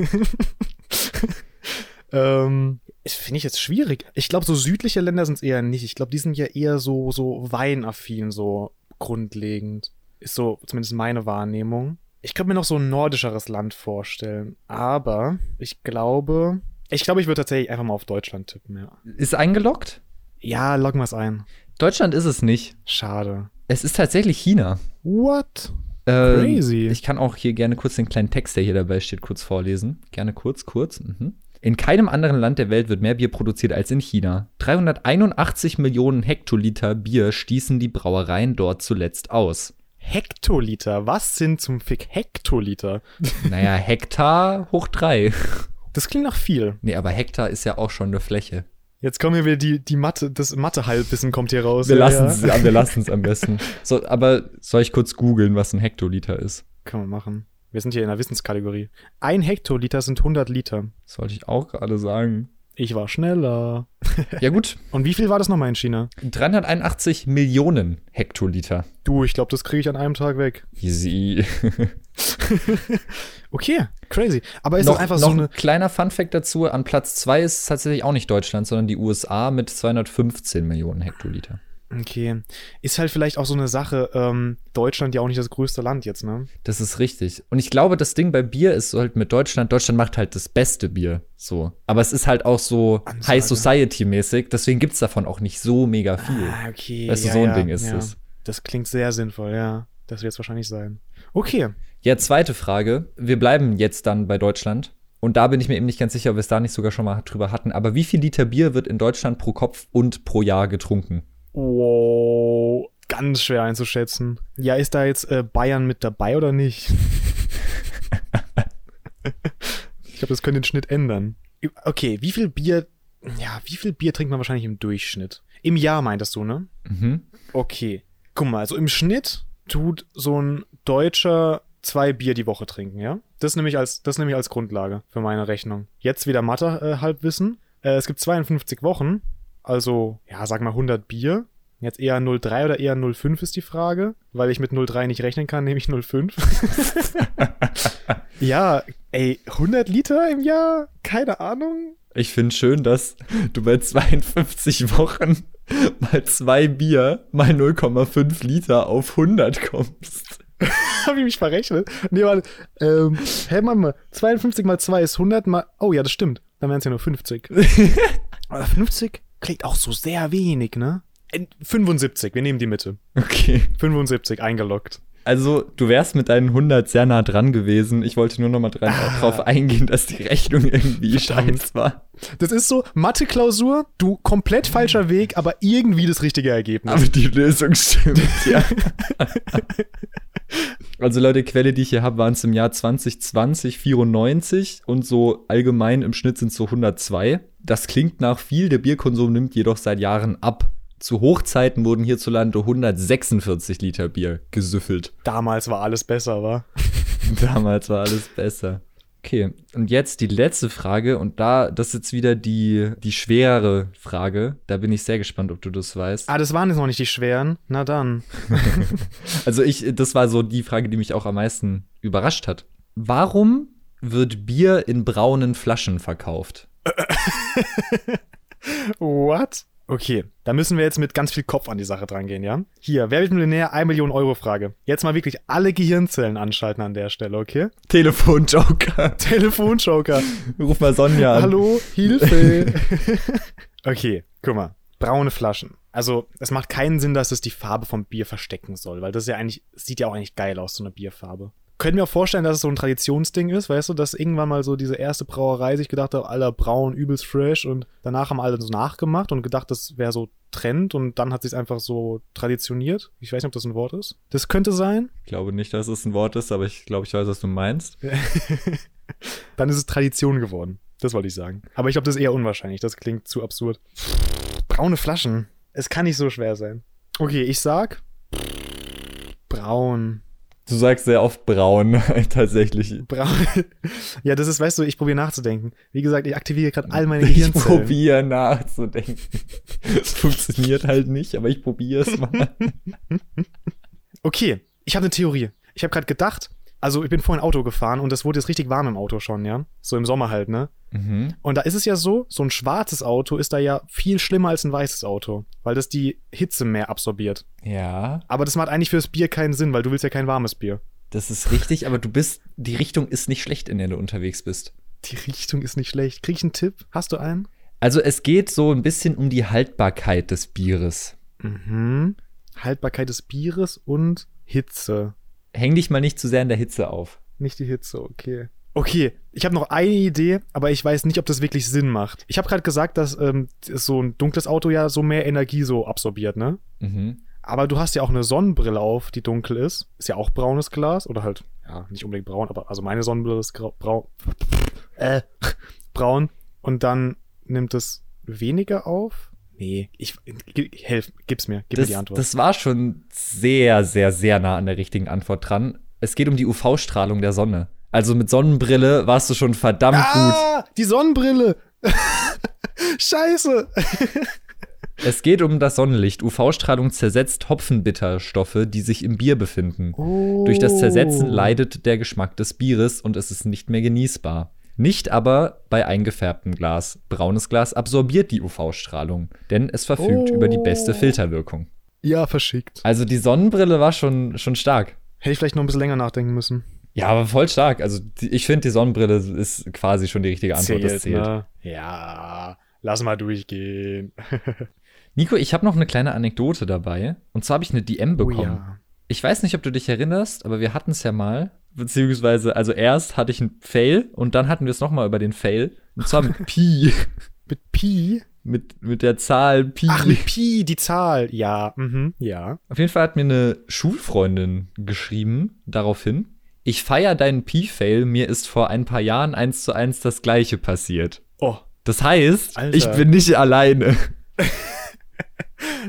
S2: Ähm, das finde ich jetzt schwierig. Ich glaube, so südliche Länder sind es eher nicht. Ich glaube, die sind ja eher so, so weinaffin, so grundlegend. Ist so zumindest meine Wahrnehmung. Ich könnte mir noch so ein nordischeres Land vorstellen. Aber ich glaube, ich glaube, ich würde tatsächlich einfach mal auf Deutschland tippen, ja.
S1: Ist eingeloggt?
S2: Ja, loggen wir es ein.
S1: Deutschland ist es nicht.
S2: Schade.
S1: Es ist tatsächlich China.
S2: What?
S1: Ähm,
S2: Crazy.
S1: Ich kann auch hier gerne kurz den kleinen Text, der hier dabei steht, kurz vorlesen. Gerne kurz, kurz. Mhm. In keinem anderen Land der Welt wird mehr Bier produziert als in China. 381 Millionen Hektoliter Bier stießen die Brauereien dort zuletzt aus.
S2: Hektoliter. Was sind zum Fick Hektoliter? *laughs*
S1: Naja, Hektar hoch drei.
S2: Das klingt nach viel.
S1: Nee, aber Hektar ist ja auch schon eine Fläche.
S2: Jetzt kommen hier wieder die, die Mathe, das Mathe-Halbwissen kommt hier raus.
S1: Wir
S2: Ja,
S1: lassen
S2: ja.
S1: es wir lassen's am
S2: *laughs*
S1: besten. So, aber soll ich kurz googeln, was ein Hektoliter ist?
S2: Kann man machen. Wir sind hier in der Wissenskategorie. Ein Hektoliter sind 100 Liter.
S1: Sollte ich auch gerade sagen.
S2: Ich war schneller.
S1: Ja gut,
S2: Und wie viel war das nochmal in China?
S1: 381 Millionen Hektoliter.
S2: Du, ich glaube, das kriege ich an einem Tag weg.
S1: Easy.
S2: Okay, crazy. Aber ist
S1: noch,
S2: das einfach
S1: noch
S2: so
S1: ein
S2: eine.
S1: kleiner Fun-Fact dazu: An Platz 2 ist tatsächlich auch nicht Deutschland, sondern die USA mit 215 Millionen Hektoliter.
S2: Okay. Ist halt vielleicht auch so eine Sache, ähm, Deutschland ja auch nicht das größte Land jetzt, ne?
S1: Das ist richtig. Und ich glaube, das Ding bei Bier ist so halt mit Deutschland. Deutschland macht halt das beste Bier. So. Aber es ist halt auch so
S2: Ansage.
S1: High Society-mäßig. Deswegen gibt es davon auch nicht so mega viel.
S2: Ah, okay.
S1: Weißt du, so ein Ding ist es.
S2: Das klingt sehr sinnvoll, ja. Das wird es wahrscheinlich sein. Okay.
S1: Ja, zweite Frage. Wir bleiben jetzt dann bei Deutschland. Und da bin ich mir eben nicht ganz sicher, ob wir es da nicht sogar schon mal drüber hatten. Aber wie viel Liter Bier wird in Deutschland pro Kopf und pro Jahr getrunken?
S2: Wow. Ganz schwer einzuschätzen. Ja, ist da jetzt äh, Bayern mit dabei oder *laughs* nicht? ich glaube, das könnte den Schnitt ändern. Okay, wie viel Bier. Ja, wie viel Bier trinkt man wahrscheinlich im Durchschnitt? Im Jahr meintest du, ne?
S1: Mhm.
S2: Okay. Guck mal, also im Schnitt tut so ein Deutscher zwei Bier die Woche trinken, ja? Das nehme ich als, das nehme ich als Grundlage für meine Rechnung. Jetzt wieder Mathe-Halbwissen. Äh, es gibt 52 Wochen, also, ja, sag mal 100 Bier. Jetzt eher 0,3 oder eher 0,5 ist die Frage. Weil ich mit 0,3 nicht rechnen kann, nehme ich 0,5. *laughs* ja, ey, 100 Liter im Jahr? Keine Ahnung.
S1: Ich finde schön, dass *laughs* du bei 52 Wochen *laughs* mal zwei Bier mal 0,5 Liter auf 100 kommst.
S2: *laughs* Habe ich mich verrechnet? Nee, warte. Ähm, hey, Mama, 52 mal 2 ist 100 mal. Oh ja, das stimmt. Dann wären es ja nur *laughs* 50. Aber 50 klingt auch so sehr wenig, ne? Äh, 75, wir nehmen die Mitte.
S1: Okay.
S2: 75 eingeloggt.
S1: Also, du wärst mit deinen 100 sehr nah dran gewesen. Ich wollte nur noch mal dran, drauf eingehen, dass die Rechnung irgendwie
S2: Verdammt.
S1: scheiß war.
S2: Das ist so, Mathe-Klausur, du komplett falscher Weg, aber irgendwie das richtige Ergebnis.
S1: Aber die Lösung *laughs* stimmt, ja. Also Leute, Quelle, die ich hier habe, waren es im Jahr 2020 94 und so allgemein im Schnitt sind es so 102. Das klingt nach viel, der Bierkonsum nimmt jedoch seit Jahren ab. Zu Hochzeiten wurden hierzulande 146 Liter *laughs* Bier gesüffelt.
S2: Damals war alles besser, war.
S1: Damals war alles besser. Okay, und jetzt die letzte Frage und da, das ist jetzt wieder die, die schwere Frage. Da bin ich sehr gespannt, ob du das weißt.
S2: Ah, das waren jetzt noch nicht die schweren. Na dann.
S1: Also ich, das war so die Frage, die mich auch am meisten überrascht hat. Warum wird Bier in braunen Flaschen verkauft?
S2: What? Okay, da müssen wir jetzt mit ganz viel Kopf an die Sache dran gehen, ja? Hier, wer wird Millionär? 1 Million Euro Frage. Jetzt mal wirklich alle Gehirnzellen anschalten an der Stelle, okay? *laughs*
S1: Telefonjoker. *laughs*
S2: Telefonjoker.
S1: Ruf mal Sonja an.
S2: Hallo, Hilfe. *laughs* okay, guck mal. Braune Flaschen. Also, es macht keinen Sinn, dass es die Farbe vom Bier verstecken soll, weil das ist ja eigentlich, sieht ja auch eigentlich geil aus, so eine Bierfarbe. Können wir auch vorstellen, dass es so ein Traditionsding ist, weißt du, dass irgendwann mal so diese erste Brauerei sich gedacht hat, aller braun, übelst fresh und danach haben alle so nachgemacht und gedacht, das wäre so Trend und dann hat sich's einfach so traditioniert. Ich weiß nicht, ob das ein Wort ist. Das könnte sein.
S1: Ich glaube nicht, dass es ein Wort ist, aber ich glaube, ich weiß, was du meinst.
S2: Dann ist es Tradition geworden. Das wollte ich sagen. Aber ich glaube, das ist eher unwahrscheinlich. Das klingt zu absurd. Braune Flaschen. Es kann nicht so schwer sein. Okay, ich sag. Braun.
S1: Du sagst sehr oft braun, *laughs* tatsächlich.
S2: Braun. *laughs* Ja, das ist, weißt du, ich probiere nachzudenken. Wie gesagt, *laughs* ich aktiviere gerade all meine
S1: Ich
S2: Gehirnzellen.
S1: probiere nachzudenken. Es funktioniert halt nicht, aber ich probiere es mal.
S2: Okay, ich habe eine Theorie. Ich habe gerade gedacht, also ich bin vorhin Auto gefahren und es wurde jetzt richtig warm im Auto schon, ja? So im Sommer halt, ne?
S1: Mhm.
S2: Und da ist es ja so, so ein schwarzes Auto ist da ja viel schlimmer als ein weißes Auto, weil das die Hitze mehr absorbiert.
S1: Ja,
S2: Aber das macht eigentlich fürs Bier keinen Sinn, weil du willst ja kein warmes Bier.
S1: das ist richtig, aber du bist, die Richtung ist nicht schlecht, in der du unterwegs bist.
S2: Die Richtung ist nicht schlecht. Krieg ich einen Tipp? Hast du einen?
S1: Also es geht so ein bisschen um die Haltbarkeit des Bieres.
S2: Mhm. Haltbarkeit des Bieres und Hitze.
S1: Häng dich mal nicht zu sehr in der Hitze auf.
S2: Nicht die Hitze, okay. Okay, ich habe noch eine Idee, aber ich weiß nicht, ob das wirklich Sinn macht. Ich habe gerade gesagt, dass ähm, so ein dunkles Auto ja so mehr Energie so absorbiert, ne?
S1: Mhm.
S2: Aber du hast ja auch eine Sonnenbrille auf, die dunkel ist. Ist ja auch braunes Glas oder halt, ja, nicht unbedingt braun, aber also meine Sonnenbrille ist grau, braun. *laughs* Äh, *laughs* braun. Und dann nimmt es weniger auf? Nee, ich, g- helf, gib's mir, gib mir
S1: Das,
S2: die Antwort.
S1: das war schon sehr, sehr, sehr nah an der richtigen Antwort dran. Es geht um die UV-Strahlung der Sonne. Also mit Sonnenbrille warst du schon verdammt gut.
S2: ah, die Sonnenbrille! *laughs* Scheiße!
S1: Es geht um das Sonnenlicht. UV-Strahlung zersetzt Hopfenbitterstoffe, die sich im Bier befinden. Durch das
S2: Oh.
S1: Zersetzen leidet der Geschmack des Bieres und es ist nicht mehr genießbar. Nicht aber bei eingefärbtem Glas. Braunes Glas absorbiert die UV-Strahlung, denn es verfügt
S2: Oh.
S1: über die beste Filterwirkung.
S2: Ja, verschickt.
S1: Also die Sonnenbrille war schon, schon stark.
S2: Hätte ich vielleicht noch ein bisschen länger nachdenken müssen.
S1: Ja, aber voll stark. Also die, ich finde, die Sonnenbrille ist quasi schon die richtige Antwort. das zählt.
S2: ne? Ja, lass mal durchgehen.
S1: Nico, ich habe noch eine kleine Anekdote dabei. Und zwar habe ich eine DM
S2: Oh
S1: bekommen. Ich weiß nicht, ob du dich erinnerst, aber wir hatten es ja mal. Beziehungsweise, also erst hatte ich einen Fail und dann hatten wir es nochmal über den Fail. Und zwar
S2: *laughs*
S1: mit Pi.
S2: Mit Pi?
S1: Mit, mit der Zahl Pi.
S2: Ach, mit Pi, die Zahl. Ja, mhm, ja.
S1: Auf jeden Fall hat mir eine Schulfreundin geschrieben daraufhin. Ich feier deinen Pi-Fail, mir ist vor ein paar Jahren eins zu eins das gleiche passiert.
S2: Oh,
S1: Das heißt,
S2: Alter.
S1: ich bin nicht alleine.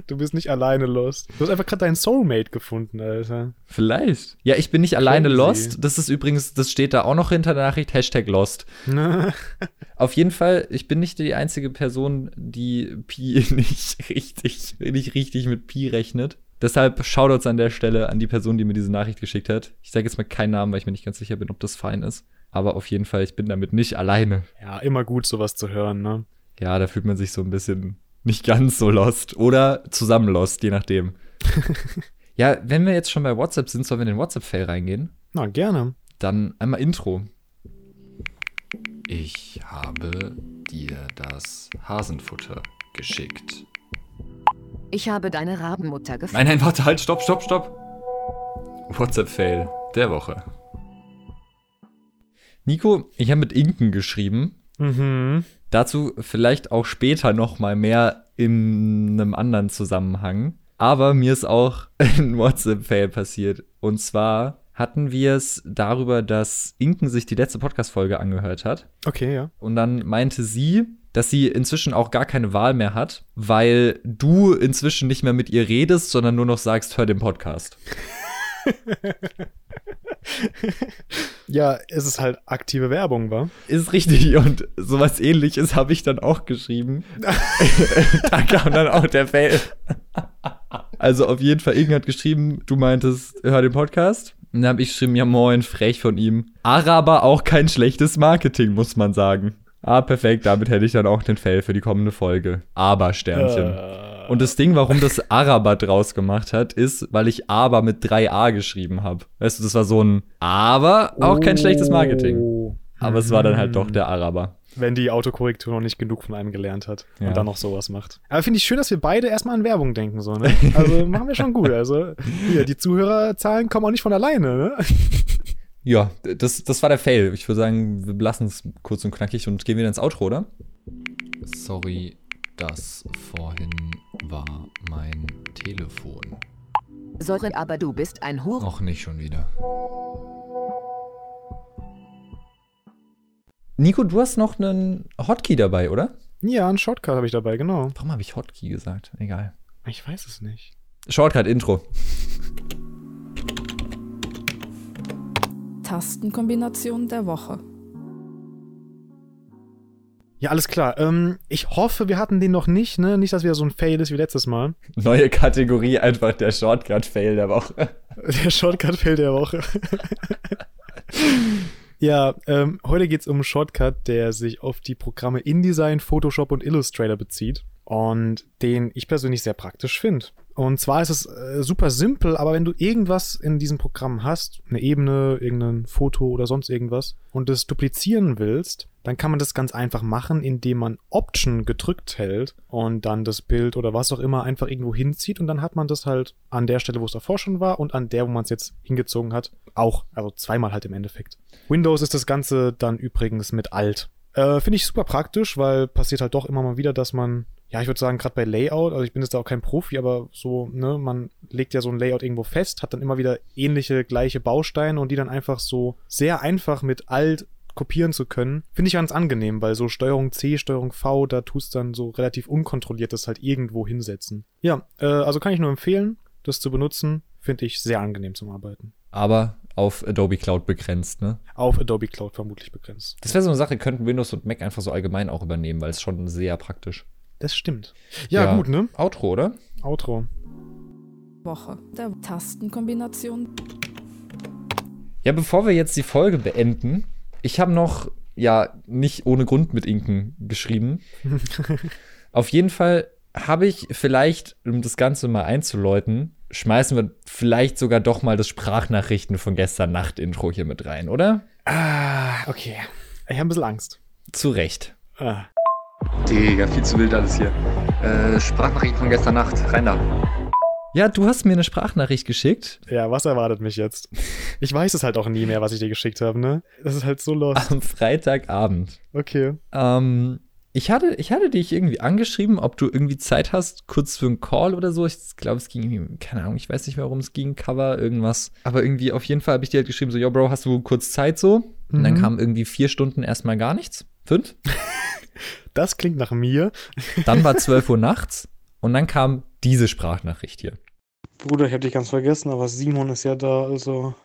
S2: du bist nicht alleine lost. Du hast einfach gerade deinen Soulmate gefunden, Alter.
S1: Vielleicht. Ja, ich bin nicht alleine
S2: Crazy.
S1: lost. Das ist übrigens, das steht da auch noch hinter der Nachricht, Hashtag lost.
S2: Ne? *laughs*
S1: Auf jeden Fall, ich bin nicht die einzige Person, die Pi *laughs* nicht richtig, nicht richtig mit Pi rechnet. Deshalb Shoutouts an der Stelle an die Person, die mir diese Nachricht geschickt hat. Ich sage jetzt mal keinen Namen, weil ich mir nicht ganz sicher bin, ob das fein ist. Aber auf jeden Fall, ich bin damit nicht alleine.
S2: ja, immer gut, sowas zu hören, ne?
S1: Ja, da fühlt man sich so ein bisschen nicht ganz so lost. Oder zusammen lost, je nachdem. ja, wenn wir jetzt schon bei WhatsApp sind, sollen wir in den WhatsApp-Fail reingehen?
S2: Na, gerne.
S1: Dann einmal Intro.
S4: Ich habe dir das Hasenfutter geschickt.
S5: Ich habe deine Rabenmutter gefunden.
S4: Nein, nein, warte, halt, stopp, stopp, stopp. WhatsApp-Fail der Woche.
S1: Nico, ich habe mit Inken geschrieben.
S2: Mhm.
S1: Dazu vielleicht auch später noch mal mehr in einem anderen Zusammenhang. Aber mir ist auch *laughs* ein WhatsApp-Fail passiert. Und zwar hatten wir es darüber, dass Inken sich die letzte Podcast-Folge angehört hat.
S2: Okay, ja.
S1: Und dann meinte sie, dass sie inzwischen auch gar keine Wahl mehr hat, weil du inzwischen nicht mehr mit ihr redest, sondern nur noch sagst, hör den Podcast.
S2: Ja, es ist halt aktive Werbung, wa?
S1: Ist richtig. Und sowas ähnliches habe ich dann auch geschrieben. da kam dann auch der Fail. Also auf jeden Fall, Ingen hat geschrieben, du meintest, hör den Podcast. Und dann habe ich geschrieben, ja moin, frech von ihm. Araber auch kein schlechtes Marketing, muss man sagen. Ah, perfekt, damit hätte ich dann auch den Fail für die kommende Folge. Aber Sternchen.
S2: Ah. Äh,
S1: Und das Ding, warum das Araber draus gemacht hat, ist, weil ich aber mit 3a geschrieben habe. Weißt du, das war so ein Aber, auch kein schlechtes Marketing.
S2: Oh.
S1: Aber es war dann halt doch der Araber.
S2: Wenn die Autokorrektur noch nicht genug von einem gelernt hat
S1: Ja.
S2: und dann noch sowas macht. Aber finde ich schön, dass wir beide erstmal an Werbung denken,
S1: *laughs*
S2: so, ne? Also machen wir schon gut. Also, hier, die Zuhörerzahlen kommen auch nicht von alleine, ne?
S1: Ja, das, das war der Fail. Ich würde sagen, wir lassen es kurz und knackig und gehen wieder ins Outro, oder?
S4: Sorry, das vorhin war mein Telefon.
S5: Sorry, aber du bist ein Hure.
S4: Auch nicht schon wieder.
S1: Nico, du hast noch einen Hotkey dabei, oder?
S2: Ja, einen Shortcut habe ich dabei, genau.
S1: Warum habe ich Hotkey gesagt? Egal.
S2: Ich weiß es nicht.
S1: Shortcut-Intro.
S3: Tastenkombination der Woche.
S2: Ja, alles klar. Ähm, ich hoffe, wir hatten den noch nicht, ne? Nicht, dass wieder so ein Fail ist wie letztes Mal.
S1: *laughs*
S2: *laughs*
S1: Neue Kategorie, einfach der Shortcut-Fail der Woche.
S2: Der Shortcut-Fail der Woche. *laughs* ja, ähm, heute geht's um einen Shortcut, der sich auf die Programme InDesign, Photoshop und Illustrator bezieht und den ich persönlich sehr praktisch finde. Und zwar ist es äh, super simpel, aber wenn du irgendwas in diesem Programm hast, eine Ebene, irgendein Foto oder sonst irgendwas, und das duplizieren willst, dann kann man das ganz einfach machen, indem man Option gedrückt hält und dann das Bild oder was auch immer einfach irgendwo hinzieht und dann hat man das halt an der Stelle, wo es davor schon war und an der, wo man es jetzt hingezogen hat, auch. Also zweimal halt im Endeffekt. Windows ist das Ganze dann übrigens mit Alt. Äh, Finde ich super praktisch, weil passiert halt doch immer mal wieder, dass man, ja, ich würde sagen, gerade bei Layout, also ich bin jetzt da auch kein Profi, aber so, ne, man legt ja so ein Layout irgendwo fest, hat dann immer wieder ähnliche, gleiche Bausteine und die dann einfach so sehr einfach mit Alt kopieren zu können, finde ich ganz angenehm, weil so Steuerung C, Steuerung V, da tust dann so relativ unkontrolliert das halt irgendwo hinsetzen. Ja, äh, also kann ich nur empfehlen, das zu benutzen, finde ich sehr angenehm zum Arbeiten.
S1: Aber auf Adobe Cloud begrenzt, ne?
S2: Auf Adobe Cloud vermutlich begrenzt.
S1: Das wäre so eine Sache, könnten Windows und Mac einfach so allgemein auch übernehmen, weil es schon sehr praktisch.
S2: Das stimmt. Ja, gut, ne?
S1: Outro, oder?
S2: Outro.
S3: Woche der Tastenkombination.
S1: Ja, bevor wir jetzt die Folge beenden, ich habe noch, ja, nicht ohne Grund mit Inken geschrieben. Auf jeden Fall habe ich vielleicht, um das Ganze mal einzuläuten, schmeißen wir vielleicht sogar doch mal das Sprachnachrichten von gestern Nacht-Intro hier mit rein, oder?
S2: Ah, okay. Ich habe ein bisschen Angst.
S1: Zu Recht.
S2: Ah.
S6: Digga, viel zu wild alles hier. Äh, Sprachnachrichten von gestern Nacht, rein da.
S1: Ja, du hast mir eine Sprachnachricht geschickt.
S2: Ja, was erwartet mich jetzt? Ich weiß es halt auch nie mehr, was ich dir geschickt habe, ne? Das ist halt so lost.
S1: Am Freitagabend.
S2: Okay.
S1: Ähm, ich hatte, ich hatte dich irgendwie angeschrieben, ob du irgendwie Zeit hast, kurz für einen Call oder so. Ich glaube, es ging irgendwie, keine Ahnung, ich weiß nicht mehr, worum es ging, Cover, irgendwas. Aber irgendwie, auf jeden Fall habe ich dir halt geschrieben, so, yo, Bro, hast du kurz Zeit so? Und dann
S2: Mhm.
S1: kam irgendwie vier Stunden erstmal gar nichts. Fünf.
S2: Das klingt nach mir.
S1: Dann war 12 Uhr nachts. Und dann kam diese Sprachnachricht hier.
S7: Bruder, ich hab dich ganz vergessen, aber Simon ist ja da, also.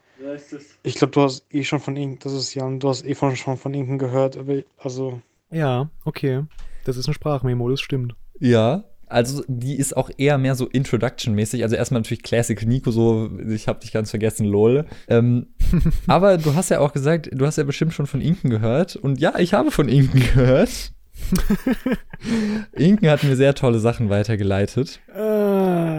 S7: Ich glaube, du hast eh schon von ihm, das ist Jan, du hast eh von, schon von ihm gehört, aber ich- also.
S2: Ja, okay. Das ist ein Sprachmemo, das stimmt.
S1: Ja. Also, die ist auch eher mehr so Introduction-mäßig. Also, erstmal natürlich Classic Nico, so, ich hab dich ganz vergessen, lol. Ähm,
S2: *laughs*
S1: aber du hast ja auch gesagt, du hast ja bestimmt schon von Inken gehört. Und ja, ich habe von Inken
S2: *laughs*
S1: gehört. Inken hat mir sehr tolle Sachen weitergeleitet.
S2: Äh.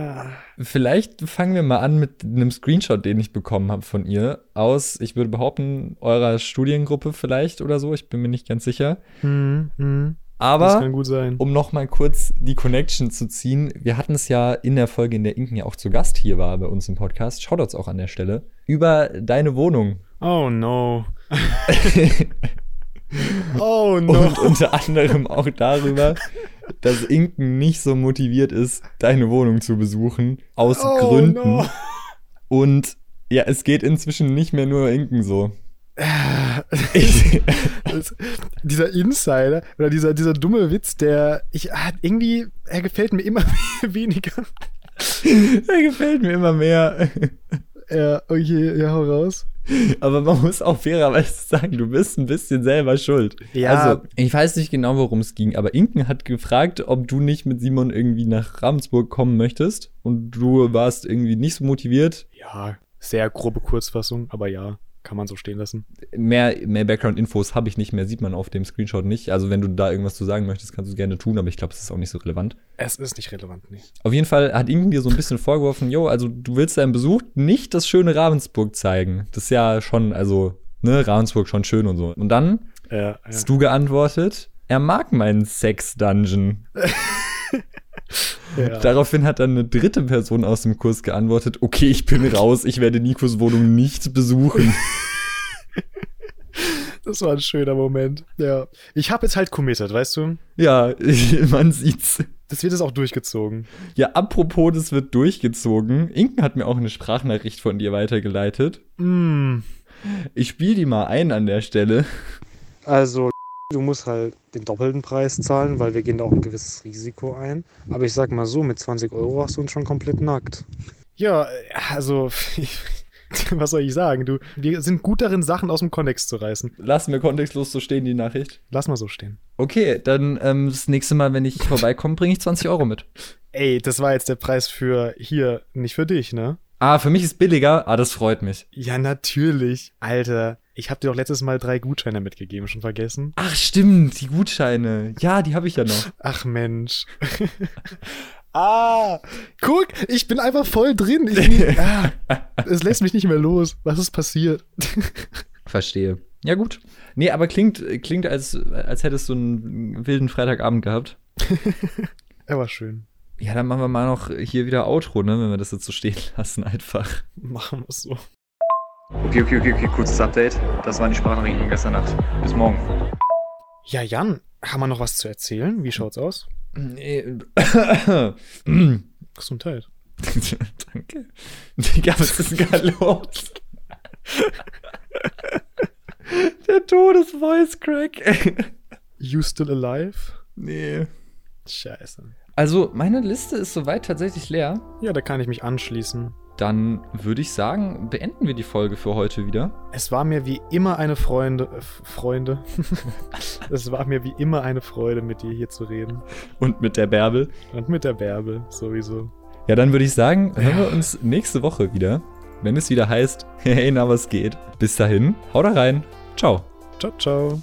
S1: Vielleicht fangen wir mal an mit einem Screenshot, den ich bekommen habe von ihr. Aus, ich würde behaupten, eurer Studiengruppe vielleicht oder so. Ich bin mir nicht ganz sicher.
S2: Hm, hm.
S1: Aber.
S2: Das kann gut sein.
S1: Um nochmal kurz die Connection zu ziehen, wir hatten es ja in der Folge, in der Inken ja auch zu Gast hier war bei uns im Podcast, Shoutouts auch an der Stelle, über deine Wohnung.
S2: Oh no. *laughs* oh no.
S1: Und unter anderem auch darüber, dass Inken nicht so motiviert ist, deine Wohnung zu besuchen, aus
S2: Oh,
S1: Gründen.
S2: *laughs* no.
S1: Und ja, es geht inzwischen nicht mehr nur Inken so. *laughs* Ich,
S2: Das, dieser Insider oder dieser, dieser dumme Witz, der ich ah, irgendwie, er gefällt mir immer *laughs* weniger.
S1: er gefällt mir immer mehr.
S2: Ja, okay, ja, hau raus.
S1: Aber man muss auch fairerweise sagen, du bist ein bisschen selber schuld.
S2: Ja.
S1: Also, ich weiß nicht genau, worum es ging, aber Inken hat gefragt, ob du nicht mit Simon irgendwie nach Ravensburg kommen möchtest. Und du warst irgendwie nicht so motiviert.
S2: Ja, sehr grobe Kurzfassung, aber ja, kann man so stehen lassen.
S1: Mehr, mehr Background-Infos habe ich nicht mehr, sieht man auf dem Screenshot nicht. Also, wenn du da irgendwas zu sagen möchtest, kannst du es gerne tun, aber ich glaube, es ist auch nicht so relevant.
S2: Es ist nicht relevant, nee.
S1: Auf jeden Fall hat Inken dir so ein bisschen vorgeworfen, jo, also du willst deinem Besuch nicht das schöne Ravensburg zeigen. Das ist ja schon, also, ne, Ravensburg schon schön und so. Und dann
S2: Äh, ja.
S1: hast du geantwortet, er mag meinen Sex-Dungeon.
S2: ja.
S1: Daraufhin hat dann eine dritte Person aus dem Kurs geantwortet, okay, ich bin raus, ich werde Nikos Wohnung nicht
S2: *laughs*
S1: besuchen.
S2: Das war ein schöner Moment. Ja. Ich habe jetzt halt committed, weißt du?
S1: ja, *laughs* man sieht's.
S2: Das wird jetzt auch durchgezogen.
S1: Ja, apropos, das wird durchgezogen. Inken hat mir auch eine Sprachnachricht von dir weitergeleitet.
S2: Mm.
S1: Ich spiele die mal ein an der Stelle.
S7: Also, du musst halt den doppelten Preis zahlen, weil wir gehen da auch ein gewisses Risiko ein. Aber ich sag mal so, mit 20 Euro hast du uns schon komplett nackt.
S2: Ja, also, *laughs* was soll ich sagen? Du, wir sind gut darin, Sachen aus dem Kontext zu reißen.
S1: Lassen wir kontextlos so stehen, die Nachricht.
S2: Lass mal so stehen.
S1: Okay, dann ähm, das nächste Mal, wenn ich vorbeikomme, bringe ich 20 Euro mit.
S2: Ey, das war jetzt der Preis für hier, nicht für dich, ne?
S1: Ah, für mich ist billiger. Ah, das freut mich.
S2: Ja, natürlich. Alter, ich habe dir doch letztes Mal drei Gutscheine mitgegeben, schon vergessen.
S1: Ach, stimmt, die Gutscheine. Ja, die habe ich ja noch.
S2: Ach Mensch. *laughs* ah, guck, ich bin einfach voll drin. Ich bin, ah, es lässt mich nicht mehr los. Was ist passiert?
S1: Verstehe. Ja, gut. Nee, aber klingt, klingt als, als hättest du einen wilden Freitagabend gehabt.
S2: er war schön.
S1: Ja, dann machen wir mal noch hier wieder Outro, ne, wenn wir das jetzt so stehen *laughs* lassen, einfach.
S2: Machen wir es so.
S6: Okay, okay, okay, okay, kurzes Update. Das waren die Sprachnachrichten von gestern Nacht. Bis morgen. Hm.
S2: Ja, Jan, haben wir noch was zu erzählen? Wie schaut's aus?
S1: *laughs* Nee.
S2: Gesundheit.
S1: Danke. Digga, was ist denn gerade los? Der Todes-Voice-Crack.
S2: You still alive?
S1: nee.
S2: Scheiße.
S1: Also, meine Liste ist soweit tatsächlich leer.
S2: Ja, da kann ich mich anschließen.
S1: Dann würde ich sagen, beenden wir die Folge für heute wieder.
S2: Es war mir wie immer eine Freunde, äh, Freunde. *laughs* es war mir wie immer eine Freude, mit dir hier zu reden.
S1: Und mit der Bärbel.
S2: Und mit der Bärbel sowieso.
S1: Ja, dann würde ich sagen, hören wir uns nächste Woche wieder, *laughs* wenn es wieder heißt, hey, na was geht. Bis dahin, haut rein. Ciao.
S2: Ciao, ciao.